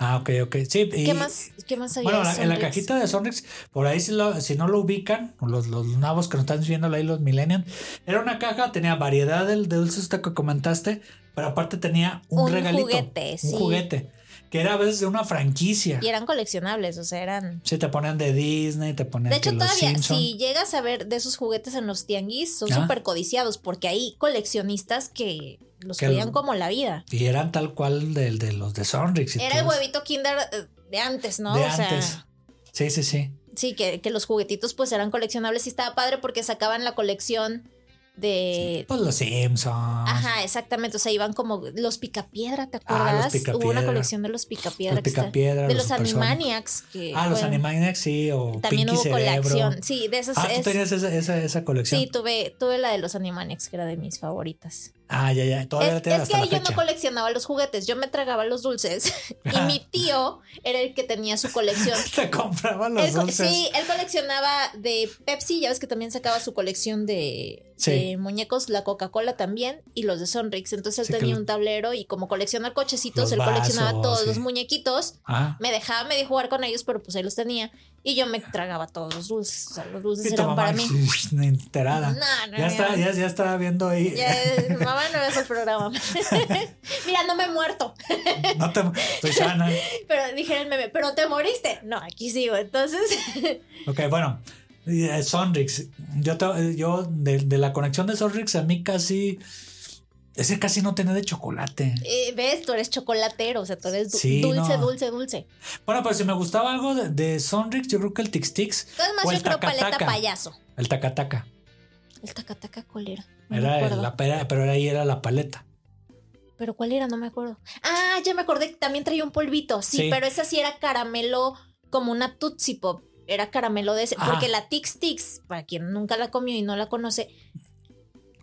Speaker 1: Ah, ok, ok. Sí, y-
Speaker 3: ¿Qué más? ¿Qué más había?
Speaker 1: Bueno,
Speaker 3: de
Speaker 1: la- en la
Speaker 3: Sonrix?
Speaker 1: cajita de Sonrix, por ahí si, lo- si no lo ubican, los, los nabos que nos están viendo ahí, los millennials, era una caja, tenía variedad del- de dulces hasta que comentaste, pero aparte tenía un,
Speaker 3: Un
Speaker 1: regalito.
Speaker 3: juguete, sí.
Speaker 1: Un juguete, que era a veces de una franquicia.
Speaker 3: Y eran coleccionables, o sea, eran.
Speaker 1: Sí, te ponían de Disney, te ponían
Speaker 3: De
Speaker 1: que
Speaker 3: hecho,
Speaker 1: los
Speaker 3: todavía,
Speaker 1: Simpson.
Speaker 3: si llegas a ver de esos juguetes en los tianguis, son
Speaker 1: Ah.
Speaker 3: súper codiciados, porque hay coleccionistas que los
Speaker 1: Que
Speaker 3: cuidan
Speaker 1: lo-
Speaker 3: como la vida.
Speaker 1: Y eran tal cual del- de, los de Sonrix. y
Speaker 3: Era el
Speaker 1: todo
Speaker 3: huevito kinder eh, de antes, ¿no?
Speaker 1: De
Speaker 3: o sea,
Speaker 1: antes. Sí, sí, sí.
Speaker 3: sí, que, que los juguetitos pues eran coleccionables y estaba padre porque sacaban la colección de.
Speaker 1: Pues los Simpsons.
Speaker 3: eh, Ajá, exactamente. O sea, iban como los picapiedra, ¿te acuerdas?
Speaker 1: Ah, los
Speaker 3: Hubo una
Speaker 1: Picapiedra.
Speaker 3: colección de los picapiedra.
Speaker 1: Los
Speaker 3: que está-
Speaker 1: Picapiedra,
Speaker 3: de
Speaker 1: los
Speaker 3: los
Speaker 1: Supersónicos.
Speaker 3: Animaniacs. Que
Speaker 1: Ah, los
Speaker 3: fueron-
Speaker 1: Animaniacs, sí, o
Speaker 3: También
Speaker 1: Pinky
Speaker 3: hubo
Speaker 1: Cerebro.
Speaker 3: colección. Sí, de esas.
Speaker 1: Ah, tú
Speaker 3: es-
Speaker 1: tenías esa, esa, esa colección.
Speaker 3: Sí, tuve, tuve la de los Animaniacs, que era de mis favoritas.
Speaker 1: Ah, ya, ya. Todavía la
Speaker 3: Es,
Speaker 1: tienen
Speaker 3: es que
Speaker 1: hasta
Speaker 3: ahí
Speaker 1: la
Speaker 3: yo no
Speaker 1: fecha.
Speaker 3: coleccionaba los juguetes, yo me tragaba los dulces y mi tío era el que tenía su colección.
Speaker 1: Te compraba los
Speaker 3: Él co-
Speaker 1: dulces.
Speaker 3: sí, él coleccionaba de Pepsi, ya ves que también sacaba su colección de,
Speaker 1: Sí.
Speaker 3: de muñecos, la Coca-Cola también y los de Sonrix. Entonces él
Speaker 1: Sí, que
Speaker 3: tenía
Speaker 1: lo-
Speaker 3: un tablero y como coleccionar cochecitos,
Speaker 1: Los
Speaker 3: él coleccionaba
Speaker 1: vasos,
Speaker 3: todos
Speaker 1: sí.
Speaker 3: los muñequitos.
Speaker 1: Ah.
Speaker 3: Me dejaba medio jugar con ellos, pero pues ahí los tenía y yo me tragaba todos los dulces. O sea, los
Speaker 1: Y
Speaker 3: dulces
Speaker 1: tu
Speaker 3: eran
Speaker 1: mamá,
Speaker 3: para mí.
Speaker 1: sí, ni enterada.
Speaker 3: No, no,
Speaker 1: ya, está,
Speaker 3: no.
Speaker 1: ya, ya estaba viendo ahí.
Speaker 3: Ya, mamá no ves el programa. Mira, no me he muerto.
Speaker 1: No te. Susana.
Speaker 3: Pero dije el meme, pero te moriste. No, aquí sigo. Entonces,
Speaker 1: Ok, bueno. Eh, Sonrix. Yo, te- eh, yo de, de la conexión de Sonrix, a mí casi. Ese casi no tenía de chocolate.
Speaker 3: eh, ves, tú eres chocolatero, o sea, tú eres du-
Speaker 1: Sí,
Speaker 3: dulce,
Speaker 1: no.
Speaker 3: dulce, dulce.
Speaker 1: Bueno, pero si me gustaba algo de, de Sonrix, yo creo que el Tix Tix,
Speaker 3: Entonces, más
Speaker 1: O
Speaker 3: yo
Speaker 1: el
Speaker 3: creo paleta
Speaker 1: tacataca.
Speaker 3: payaso.
Speaker 1: el Tacataca.
Speaker 3: El tacataca, ¿cuál era? No me
Speaker 1: Era
Speaker 3: acuerdo.
Speaker 1: la pera, pero ahí era la paleta.
Speaker 3: Pero ¿cuál era? No me acuerdo. Ah, ya me acordé que también traía un polvito. Sí,
Speaker 1: Sí.
Speaker 3: pero esa sí era caramelo como una Tootsie Pop. Era caramelo de ese.
Speaker 1: Ajá.
Speaker 3: Porque la Tix Tix, para quien nunca la comió y no la conoce,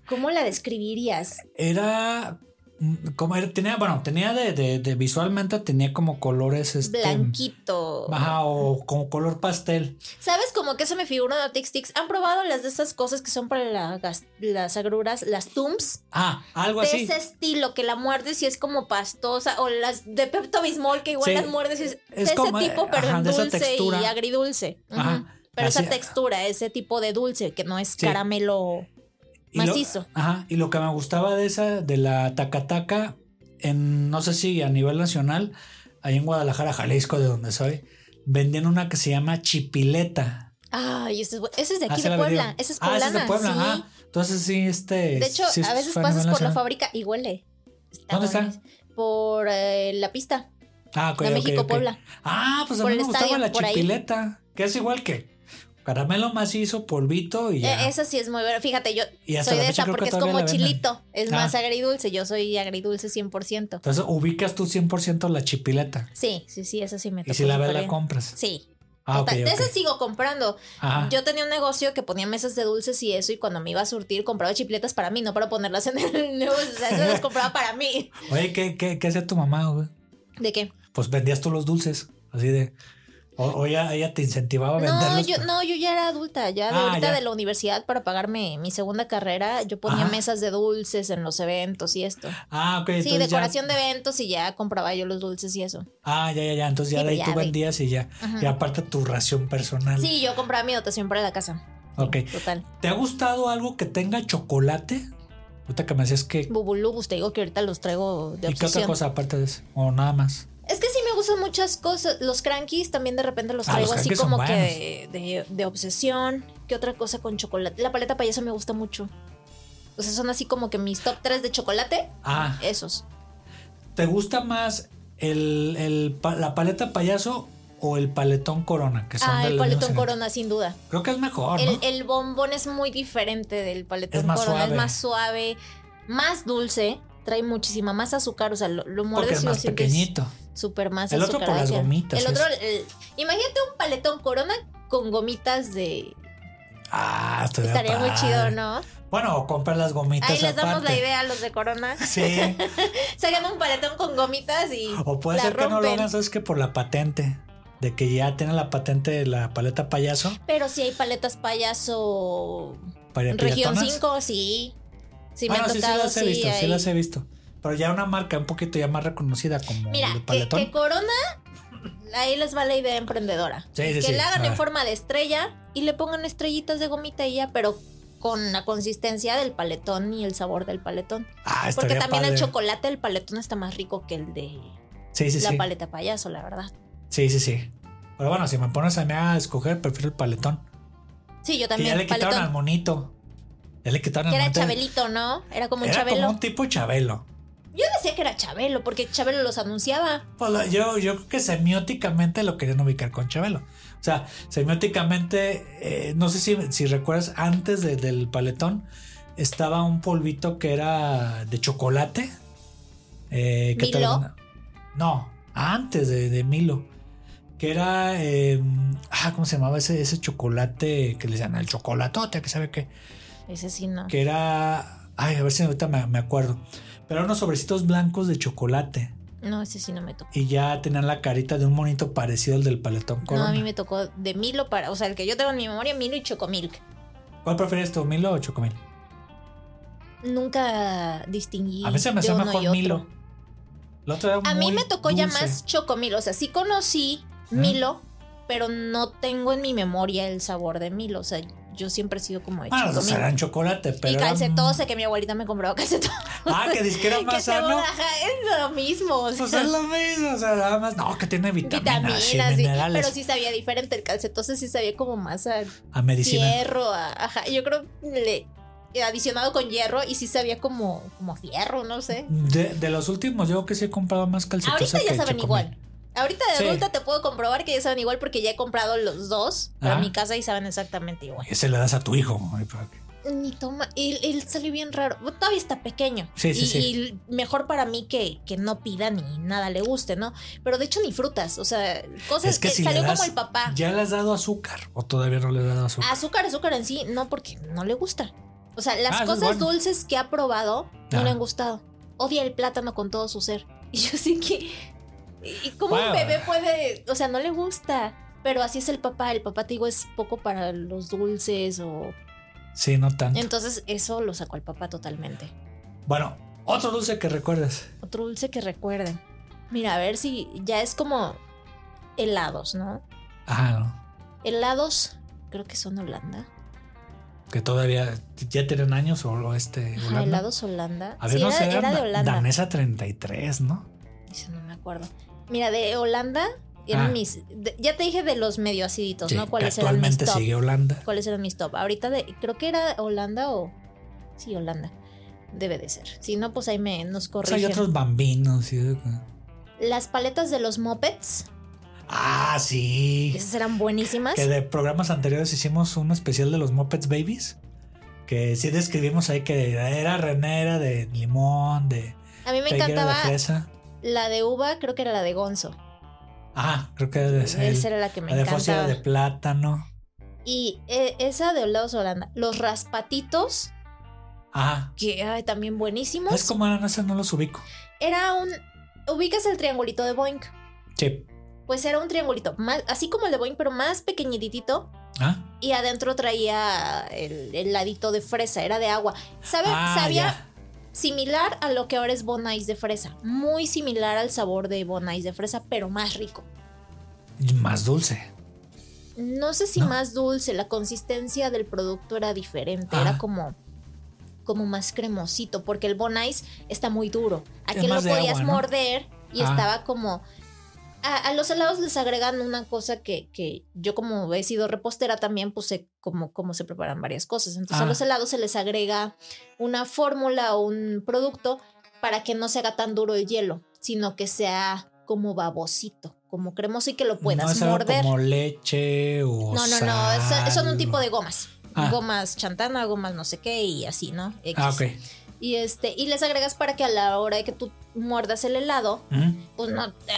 Speaker 3: ¿cómo la describirías?
Speaker 1: Era. mm, Como era- tenía, bueno, tenía de, de- de- visualmente tenía como colores este,
Speaker 3: Blanquito.
Speaker 1: Ajá, o como color pastel.
Speaker 3: ¿Sabes como que se me figura una Tix Tix? ¿Han probado las de esas cosas que son para la gas- las agruras, las Tums?
Speaker 1: Ah, algo
Speaker 3: de
Speaker 1: así.
Speaker 3: ese estilo, que la muerdes y es como pastosa, o las de Pepto Bismol, que igual
Speaker 1: Sí,
Speaker 3: las muerdes y es, de
Speaker 1: es
Speaker 3: ese
Speaker 1: como, eh,
Speaker 3: tipo, pero
Speaker 1: ajá,
Speaker 3: en
Speaker 1: de esa
Speaker 3: dulce y
Speaker 1: textura.
Speaker 3: agridulce. Ujú.
Speaker 1: Ajá,
Speaker 3: Pero
Speaker 1: así-
Speaker 3: esa textura, ese tipo de dulce, que no es
Speaker 1: Sí.
Speaker 3: caramelo
Speaker 1: y lo-
Speaker 3: macizo.
Speaker 1: ajá, y lo que me gustaba de esa, de la tacataca, en no sé si a nivel nacional, ahí en Guadalajara, Jalisco, de donde soy, vendían una que se llama chipileta.
Speaker 3: Ay, ese es, bu- ese es de
Speaker 1: Ah,
Speaker 3: aquí
Speaker 1: sí
Speaker 3: de
Speaker 1: la
Speaker 3: Puebla.
Speaker 1: vendieron.
Speaker 3: Ese es
Speaker 1: Ah,
Speaker 3: poblana,
Speaker 1: ese es de Puebla,
Speaker 3: sí.
Speaker 1: ajá. Entonces sí, este...
Speaker 3: De hecho,
Speaker 1: sí
Speaker 3: a veces
Speaker 1: fue nivel
Speaker 3: pasas por la
Speaker 1: nacional.
Speaker 3: fábrica y huele. Está
Speaker 1: ¿Dónde está?
Speaker 3: buenísimo. Por eh, la pista
Speaker 1: Ah, ok,
Speaker 3: de
Speaker 1: ok,
Speaker 3: México,
Speaker 1: ok.
Speaker 3: Puebla.
Speaker 1: Ah, pues a
Speaker 3: Por
Speaker 1: mí
Speaker 3: el
Speaker 1: me gustaba
Speaker 3: estadio,
Speaker 1: la
Speaker 3: por ahí.
Speaker 1: chipileta, que es igual que caramelo macizo, polvito y ya.
Speaker 3: Eh, Esa sí es muy buena. Fíjate, yo
Speaker 1: Y hasta
Speaker 3: soy
Speaker 1: la
Speaker 3: de
Speaker 1: fecha
Speaker 3: esa
Speaker 1: creo que
Speaker 3: porque es
Speaker 1: todavía
Speaker 3: como
Speaker 1: la venden.
Speaker 3: chilito. Es
Speaker 1: Ah.
Speaker 3: más agridulce. Yo soy agridulce 100%.
Speaker 1: Entonces ubicas tú 100% la chipileta.
Speaker 3: Sí, sí, sí, esa sí me
Speaker 1: Y
Speaker 3: tocó
Speaker 1: si la ves, la
Speaker 3: comprar.
Speaker 1: compras.
Speaker 3: Sí.
Speaker 1: Ah, ok,
Speaker 3: Total,
Speaker 1: ok. Ah.
Speaker 3: De esas sigo comprando.
Speaker 1: Ajá.
Speaker 3: Yo tenía un negocio que ponía mesas de dulces y eso, y cuando me iba a surtir compraba chipletas para mí, no para ponerlas en el negocio. O sea, eso las compraba para mí.
Speaker 1: Oye, ¿qué, qué, qué hacía tu mamá, güey?
Speaker 3: ¿De qué?
Speaker 1: Pues vendías tú los dulces, así de... O, o ella, ella te incentivaba a
Speaker 3: No
Speaker 1: venderlos. pues".
Speaker 3: yo, no, yo ya era adulta, ya de
Speaker 1: Ah,
Speaker 3: ahorita
Speaker 1: ya.
Speaker 3: de la universidad para pagarme mi segunda carrera, yo ponía
Speaker 1: Ajá.
Speaker 3: mesas de dulces en los eventos y esto.
Speaker 1: Ah, ok.
Speaker 3: Sí,
Speaker 1: entonces ya-
Speaker 3: decoración de eventos y ya compraba yo los dulces y eso.
Speaker 1: Ah, ya, ya, ya. Entonces ya
Speaker 3: Sí, pues
Speaker 1: de ahí
Speaker 3: ya,
Speaker 1: tú
Speaker 3: de-
Speaker 1: vendías y ya.
Speaker 3: Ajá.
Speaker 1: Y aparte tu ración personal.
Speaker 3: Sí, yo compraba mi dotación para la casa.
Speaker 1: Ok.
Speaker 3: Total.
Speaker 1: ¿Te ha gustado algo que tenga chocolate? Puta que me decías que...
Speaker 3: Bubulubus, te digo que ahorita los traigo de
Speaker 1: ¿Y qué otra
Speaker 3: obsesión.
Speaker 1: cosa aparte de eso? O nada más.
Speaker 3: Es que sí me gustan muchas cosas. Los crankies también de repente los
Speaker 1: Ah,
Speaker 3: traigo
Speaker 1: los
Speaker 3: así
Speaker 1: crankies son
Speaker 3: como que de, de- de obsesión. ¿Qué otra cosa con chocolate? La paleta payaso me gusta mucho. O sea, son así como que mis top 3 de chocolate,
Speaker 1: Ah,
Speaker 3: esos.
Speaker 1: ¿te gusta más el, el pa- la paleta payaso o el paletón corona? Que pues son
Speaker 3: Ah,
Speaker 1: de
Speaker 3: el
Speaker 1: los mismos
Speaker 3: paletón
Speaker 1: ingredientes?
Speaker 3: corona, sin duda.
Speaker 1: Creo que es mejor,
Speaker 3: El,
Speaker 1: ¿no?
Speaker 3: el bombón es muy diferente del paletón
Speaker 1: Es más
Speaker 3: corona.
Speaker 1: suave.
Speaker 3: Es más suave, más dulce, trae muchísima más azúcar. O sea, lo, lo
Speaker 1: Porque
Speaker 3: muerdes
Speaker 1: es
Speaker 3: y lo
Speaker 1: más
Speaker 3: sientes-
Speaker 1: pequeñito.
Speaker 3: super más
Speaker 1: El otro por las gomitas,
Speaker 3: El
Speaker 1: sí
Speaker 3: otro,
Speaker 1: es.
Speaker 3: el- imagínate un paletón corona con gomitas de.
Speaker 1: Ah, estaría,
Speaker 3: Estaría muy
Speaker 1: padre.
Speaker 3: chido, ¿no?
Speaker 1: Bueno, o comprar las gomitas
Speaker 3: Ahí les damos
Speaker 1: aparte.
Speaker 3: la idea a los de corona.
Speaker 1: Sí.
Speaker 3: Sacan un paletón con gomitas y.
Speaker 1: O puede
Speaker 3: la
Speaker 1: ser que no lo
Speaker 3: rompen.
Speaker 1: hagan, ¿sabes? Que por la patente. De que ya tienen la patente de la paleta payaso.
Speaker 3: Pero si hay paletas payaso.
Speaker 1: Para
Speaker 3: Región
Speaker 1: piratonas.
Speaker 3: 5, sí. Sí,
Speaker 1: Bueno,
Speaker 3: me ha
Speaker 1: Ah, sí,
Speaker 3: tocado,
Speaker 1: sí las he visto, sí
Speaker 3: hay-
Speaker 1: las he visto. Pero ya una marca un poquito ya más reconocida como
Speaker 3: Mira,
Speaker 1: el
Speaker 3: que,
Speaker 1: paletón.
Speaker 3: que Corona, ahí les va la idea emprendedora.
Speaker 1: Sí, sí,
Speaker 3: que
Speaker 1: sí. Ah.
Speaker 3: la hagan
Speaker 1: A
Speaker 3: en
Speaker 1: ver.
Speaker 3: forma de estrella y le pongan estrellitas de gomita y ya, pero con la consistencia del paletón y el sabor del paletón.
Speaker 1: ah,
Speaker 3: Porque
Speaker 1: estaría
Speaker 3: también el
Speaker 1: padre.
Speaker 3: chocolate del paletón está más rico que el de
Speaker 1: Sí, sí,
Speaker 3: la
Speaker 1: sí.
Speaker 3: paleta payaso, la verdad.
Speaker 1: Sí, sí, sí. Pero bueno, si me pones a mí a escoger, prefiero el paletón.
Speaker 3: Sí,
Speaker 1: que
Speaker 3: yo
Speaker 1: ya
Speaker 3: también,
Speaker 1: le quitaron al
Speaker 3: paletón.
Speaker 1: monito. Ya le quitaron
Speaker 3: Que
Speaker 1: al monito.
Speaker 3: era Chabelito, ¿no? Era como un
Speaker 1: Era
Speaker 3: Chabelo.
Speaker 1: como un tipo Chabelo.
Speaker 3: Yo decía que era Chabelo, porque Chabelo los anunciaba.
Speaker 1: Pues la- yo, yo creo que semióticamente lo querían ubicar con Chabelo. O sea, semióticamente, eh, no sé si, si recuerdas, antes de- del paletón estaba un polvito que era de chocolate. Eh, que te
Speaker 3: ¿Milo?
Speaker 1: lo- No, antes de, de Milo. Que era, eh, ah, ¿cómo se llamaba ese, ese chocolate que le decían? El chocolatote, que sabe qué.
Speaker 3: Ese sí, no.
Speaker 1: Que era, ay, a ver si ahorita me, me acuerdo. Pero eran unos sobrecitos blancos de chocolate
Speaker 3: No, ese sí no me tocó.
Speaker 1: y ya tenían la carita de un monito parecido al del paletón
Speaker 3: No,
Speaker 1: corona.
Speaker 3: a mí me tocó de Milo para. O sea, el que yo tengo en mi memoria, Milo y Chocomilk.
Speaker 1: ¿Cuál prefieres tú, Milo o Chocomil?
Speaker 3: Nunca distinguí.
Speaker 1: A mí se me
Speaker 3: de
Speaker 1: hace
Speaker 3: uno y
Speaker 1: mejor
Speaker 3: otro.
Speaker 1: Milo. El otro era
Speaker 3: A mí
Speaker 1: muy
Speaker 3: me tocó ya
Speaker 1: dulce.
Speaker 3: más Chocomilo. O sea, sí conocí
Speaker 1: ¿Mm?
Speaker 3: Milo, pero no tengo en mi memoria el sabor de Milo. O sea, yo siempre he sido como de
Speaker 1: Bueno,
Speaker 3: Chocomilk.
Speaker 1: serán chocolate, pero.
Speaker 3: y
Speaker 1: era-
Speaker 3: calcetose, que mi abuelita me compraba calcetose.
Speaker 1: Ah, que dice que era
Speaker 3: que
Speaker 1: más
Speaker 3: se
Speaker 1: sano.
Speaker 3: borraja, es lo mismo. o
Speaker 1: Pues
Speaker 3: sea,
Speaker 1: es lo mismo, o sea, nada más. No, que tiene vitaminas,
Speaker 3: vitaminas,
Speaker 1: y ah,
Speaker 3: sí,
Speaker 1: minerales.
Speaker 3: pero sí sabía diferente. El calcetose sí sabía como más a
Speaker 1: A medicina.
Speaker 3: fierro, a- ajá, yo creo le adicionado con hierro y sí sabía como como a fierro, no sé.
Speaker 1: De, de los últimos, yo creo que sí he comprado más calcetose
Speaker 3: Ahorita ya
Speaker 1: que
Speaker 3: saben
Speaker 1: Chocomil.
Speaker 3: igual. Ahorita de
Speaker 1: Sí.
Speaker 3: adulta te puedo comprobar que ya saben igual porque ya he comprado los dos para
Speaker 1: Ajá.
Speaker 3: mi casa y saben exactamente igual.
Speaker 1: Ese le das a tu hijo. ay, pero-
Speaker 3: Ni toma, él, él salió bien raro. Bueno, Todavía está pequeño.
Speaker 1: Sí, sí,
Speaker 3: y,
Speaker 1: sí.
Speaker 3: y mejor para mí que, que no pida ni nada le guste, ¿no? Pero de hecho ni frutas, o sea, cosas
Speaker 1: Es que
Speaker 3: que,
Speaker 1: si le
Speaker 3: salió
Speaker 1: das-
Speaker 3: como el papá.
Speaker 1: ¿Ya le has dado azúcar o todavía no le has dado azúcar?
Speaker 3: Azúcar, azúcar en sí, no porque no le gusta. O sea,
Speaker 1: Ah,
Speaker 3: las
Speaker 1: eso es
Speaker 3: cosas
Speaker 1: bueno. Ah.
Speaker 3: dulces que ha probado no
Speaker 1: Ajá.
Speaker 3: le han gustado. Odia el plátano con todo su ser. Y yo sé que. ¿Y cómo
Speaker 1: Wow.
Speaker 3: un bebé puede.? O sea, no le gusta. Pero así es el papá. El papá, te digo, es poco para los dulces o. Ah.
Speaker 1: Sí, no tanto.
Speaker 3: Entonces, eso lo sacó el papá totalmente.
Speaker 1: Bueno, otro dulce que recuerdas.
Speaker 3: Otro dulce que recuerden. Mira, a ver si ya es como helados, ¿no?
Speaker 1: Ajá, Ah, no.
Speaker 3: Helados, creo que son de Holanda.
Speaker 1: que todavía ya tienen años o, o este
Speaker 3: Ajá,
Speaker 1: Holanda.
Speaker 3: helados Holanda.
Speaker 1: A ver,
Speaker 3: Sí,
Speaker 1: no
Speaker 3: era,
Speaker 1: sé,
Speaker 3: era de
Speaker 1: da-
Speaker 3: Holanda.
Speaker 1: danesa 33, ¿no?
Speaker 3: Dice, no me acuerdo. Mira, de Holanda eran
Speaker 1: Ah.
Speaker 3: mis. de- ya te dije de los medio aciditos,
Speaker 1: Sí,
Speaker 3: ¿no?
Speaker 1: que
Speaker 3: ¿Cuáles eran mis
Speaker 1: actualmente
Speaker 3: top?
Speaker 1: sigue Holanda.
Speaker 3: ¿Cuáles eran mis top? Ahorita de, creo que era Holanda o. Sí, Holanda. Debe de ser. Si no, pues ahí me
Speaker 1: O sea,
Speaker 3: nos
Speaker 1: hay
Speaker 3: corrigen.
Speaker 1: otros bambinos. y de-
Speaker 3: Las paletas de los mopeds,
Speaker 1: Ah, sí.
Speaker 3: esas eran buenísimas.
Speaker 1: Que de programas anteriores hicimos un especial de los Muppets Babies. Que sí describimos ahí que era renera de limón, de
Speaker 3: A mí me
Speaker 1: caiga
Speaker 3: encantaba
Speaker 1: de fresa.
Speaker 3: la de uva, creo que era la de Gonzo.
Speaker 1: Ah, creo que de
Speaker 3: Esa
Speaker 1: el-
Speaker 3: era la que me
Speaker 1: la de fósforo
Speaker 3: encantaba.
Speaker 1: de plátano.
Speaker 3: Y eh, esa de Helados Holanda. Los raspatitos,
Speaker 1: Ah,
Speaker 3: que ay, también buenísimos.
Speaker 1: es como eran esas, no los ubico.
Speaker 3: Era un. Ubicas el triangulito de Boink.
Speaker 1: Sí.
Speaker 3: Pues era un triangulito, más, así como el de Boeing, pero más pequeñitito.
Speaker 1: Ah,
Speaker 3: Y adentro traía el, el ladito de fresa, era de agua. ¿Sabe,
Speaker 1: ah,
Speaker 3: sabía
Speaker 1: ya.
Speaker 3: similar a lo que ahora es Bon Ice de fresa. Muy similar al sabor de Bon Ice de fresa, pero más rico.
Speaker 1: Y Más dulce.
Speaker 3: No sé si
Speaker 1: No.
Speaker 3: más dulce, la consistencia del producto era diferente.
Speaker 1: Ah.
Speaker 3: Era como, como más cremosito, porque el Bon Ice está muy duro. Aquí lo
Speaker 1: más de
Speaker 3: podías
Speaker 1: agua, ¿no?
Speaker 3: morder y
Speaker 1: Ah.
Speaker 3: estaba como. A, a los helados les agregan una cosa que, que yo, como he sido repostera, también pues puse como, como se preparan varias cosas. Entonces, a
Speaker 1: Ah.
Speaker 3: los helados se les agrega una fórmula o un producto para que no se haga tan duro el hielo, sino que sea como babosito, como cremoso y que lo
Speaker 1: no
Speaker 3: puedas
Speaker 1: es algo
Speaker 3: morder.
Speaker 1: como leche o
Speaker 3: No, no, no, es-
Speaker 1: sal
Speaker 3: son un tipo
Speaker 1: o-
Speaker 3: de gomas.
Speaker 1: Ah.
Speaker 3: Gomas chantana, gomas no sé qué y así, ¿no? X.
Speaker 1: Ah, ok.
Speaker 3: Y este, y les agregas para que a la hora de que tú muerdas el helado,
Speaker 1: Ujú.
Speaker 3: pues no te,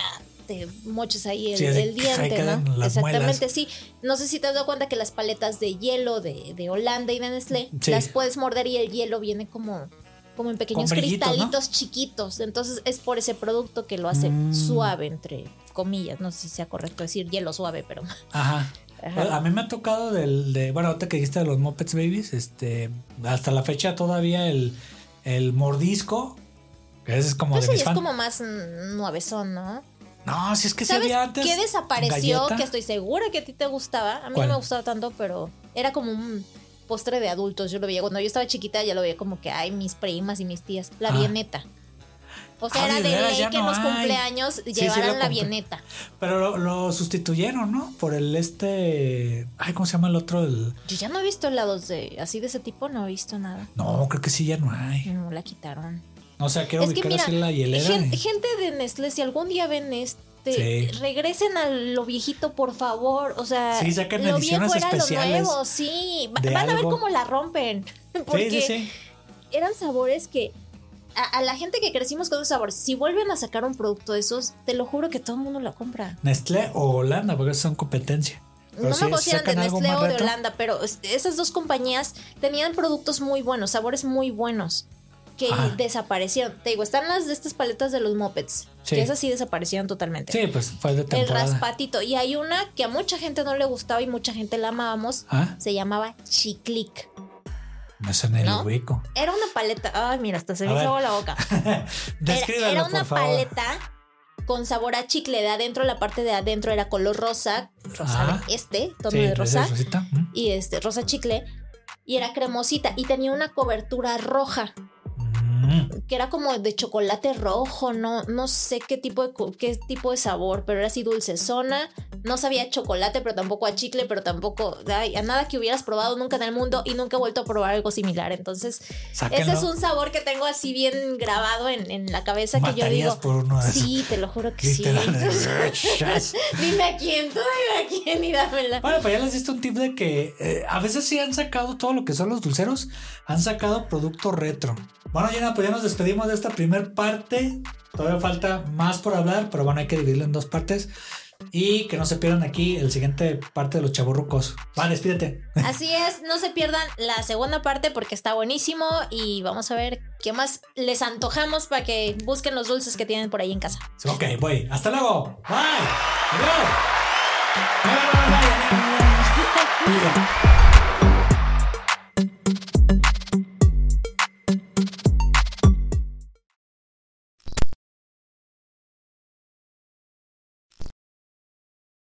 Speaker 3: te moches ahí el,
Speaker 1: Sí, así
Speaker 3: el
Speaker 1: que ahí
Speaker 3: diente,
Speaker 1: quedan
Speaker 3: ¿no?
Speaker 1: las
Speaker 3: Exactamente,
Speaker 1: muelas.
Speaker 3: sí. No sé si te has dado cuenta que las paletas de hielo de, de Holanda y de Nestlé
Speaker 1: Sí.
Speaker 3: las puedes morder y el hielo viene como, como en pequeños
Speaker 1: brillitos, ¿no?
Speaker 3: cristalitos chiquitos. Entonces es por ese producto que lo hace
Speaker 1: Mm.
Speaker 3: suave, entre comillas. No sé si sea correcto decir hielo suave, pero.
Speaker 1: Ajá.
Speaker 3: Ajá.
Speaker 1: A mí me ha tocado del de, bueno, ahorita que dijiste de los Muppets Babies, este, hasta la fecha todavía el, el mordisco, que ese es como
Speaker 3: Pero
Speaker 1: de
Speaker 3: Pues
Speaker 1: mis
Speaker 3: ese ya
Speaker 1: fan.
Speaker 3: es como más mm, nuavezón, ¿no?
Speaker 1: No, si es que se
Speaker 3: ¿Sabes
Speaker 1: había antes.
Speaker 3: qué desapareció?
Speaker 1: galleta.
Speaker 3: Que estoy segura que a ti te gustaba. A mí
Speaker 1: ¿Cuál?
Speaker 3: no me gustaba tanto, pero era como un postre de adultos. Yo lo veía cuando yo estaba chiquita, ya lo veía como que, ay, mis primas y mis tías. La
Speaker 1: Ah.
Speaker 3: vieneta. O sea,
Speaker 1: Ah,
Speaker 3: era
Speaker 1: de
Speaker 3: de
Speaker 1: veras,
Speaker 3: ley
Speaker 1: ya
Speaker 3: que
Speaker 1: no
Speaker 3: en los
Speaker 1: hay.
Speaker 3: cumpleaños
Speaker 1: sí,
Speaker 3: llevaran
Speaker 1: lo
Speaker 3: la
Speaker 1: compré.
Speaker 3: vieneta.
Speaker 1: Pero lo, lo sustituyeron, ¿no? Por el este. Ay, ¿cómo se llama el otro? El-
Speaker 3: Yo ya no he visto helados de así de ese tipo, no he visto nada.
Speaker 1: no, creo que sí, ya no hay.
Speaker 3: No, la quitaron.
Speaker 1: O sea, quiero
Speaker 3: Es que
Speaker 1: ubicar
Speaker 3: mira,
Speaker 1: así la hielera.
Speaker 3: Gen-
Speaker 1: y-
Speaker 3: gente de Nestlé, si algún día ven este,
Speaker 1: Sí.
Speaker 3: regresen a lo viejito, por favor. O sea,
Speaker 1: Sí, sacan
Speaker 3: lo
Speaker 1: ediciones
Speaker 3: viejo era lo
Speaker 1: especiales
Speaker 3: nuevo, sí. Va-
Speaker 1: de
Speaker 3: Van a ver
Speaker 1: algo.
Speaker 3: cómo la rompen. Porque
Speaker 1: sí, sí, sí.
Speaker 3: eran sabores que a, a la gente que crecimos con esos sabores, si vuelven a sacar un producto de esos, te lo juro que todo el mundo lo compra.
Speaker 1: Nestlé o Holanda, porque son competencia. Pero
Speaker 3: no
Speaker 1: sí,
Speaker 3: me acuerdo si eran de
Speaker 1: sacan algo
Speaker 3: Nestlé
Speaker 1: más
Speaker 3: o de
Speaker 1: retro.
Speaker 3: Holanda, pero es- esas dos compañías tenían productos muy buenos, sabores muy buenos, que
Speaker 1: Ah.
Speaker 3: desaparecieron. Te digo, están las de estas paletas de los mopeds,
Speaker 1: Sí.
Speaker 3: que esas sí desaparecieron totalmente.
Speaker 1: Sí, pues fue de
Speaker 3: El
Speaker 1: temporada.
Speaker 3: raspatito. Y hay una que a mucha gente no le gustaba y mucha gente la amábamos.
Speaker 1: Ah,
Speaker 3: Se llamaba Chiclic.
Speaker 1: me suena el
Speaker 3: ¿No?
Speaker 1: ubico.
Speaker 3: Era una paleta. Ay, mira, hasta se
Speaker 1: A
Speaker 3: me
Speaker 1: ver.
Speaker 3: hizo agua la boca. Era,
Speaker 1: Descríbelo,
Speaker 3: era
Speaker 1: por
Speaker 3: una
Speaker 1: favor.
Speaker 3: paleta con sabor a chicle de adentro. La parte de adentro era color rosa. Rosa
Speaker 1: Ah.
Speaker 3: de este, tono
Speaker 1: Sí,
Speaker 3: de
Speaker 1: ¿ves
Speaker 3: rosa.
Speaker 1: esa rosita? Mm.
Speaker 3: Y este, rosa chicle. Y era cremosita. Y tenía una cobertura roja.
Speaker 1: Mm.
Speaker 3: que era como de chocolate rojo, no, no sé qué tipo de co- qué tipo de sabor, pero era así dulcezona, no sabía a chocolate, pero tampoco a chicle, pero tampoco ay, a nada que hubieras probado nunca en el mundo y nunca he vuelto a probar algo similar. Entonces,
Speaker 1: Sáquenlo.
Speaker 3: ese es un sabor que tengo así bien grabado en, en la cabeza que yo
Speaker 1: Matarías
Speaker 3: digo.
Speaker 1: por uno de esos.
Speaker 3: Sí, te lo juro que sí.
Speaker 1: Literal. Chas.
Speaker 3: dime a quién, tú dime a quién y dámela.
Speaker 1: Bueno, pues ya les diste un tip de que eh, a veces sí han sacado todo lo que son los dulceros, han sacado producto retro. Bueno, Gina, pues ya nos despedimos de esta primer parte. Todavía falta más por hablar, pero bueno, hay que dividirlo en dos partes. Y que no se pierdan aquí el siguiente parte de los chaburrucos. Va, despídete.
Speaker 3: Así es, no se pierdan la segunda parte porque está buenísimo y vamos a ver qué más les antojamos para que busquen los dulces que tienen por ahí en casa.
Speaker 1: Ok, voy. Hasta luego. Bye. Adiós. Bye, bye, bye, bye. Adiós.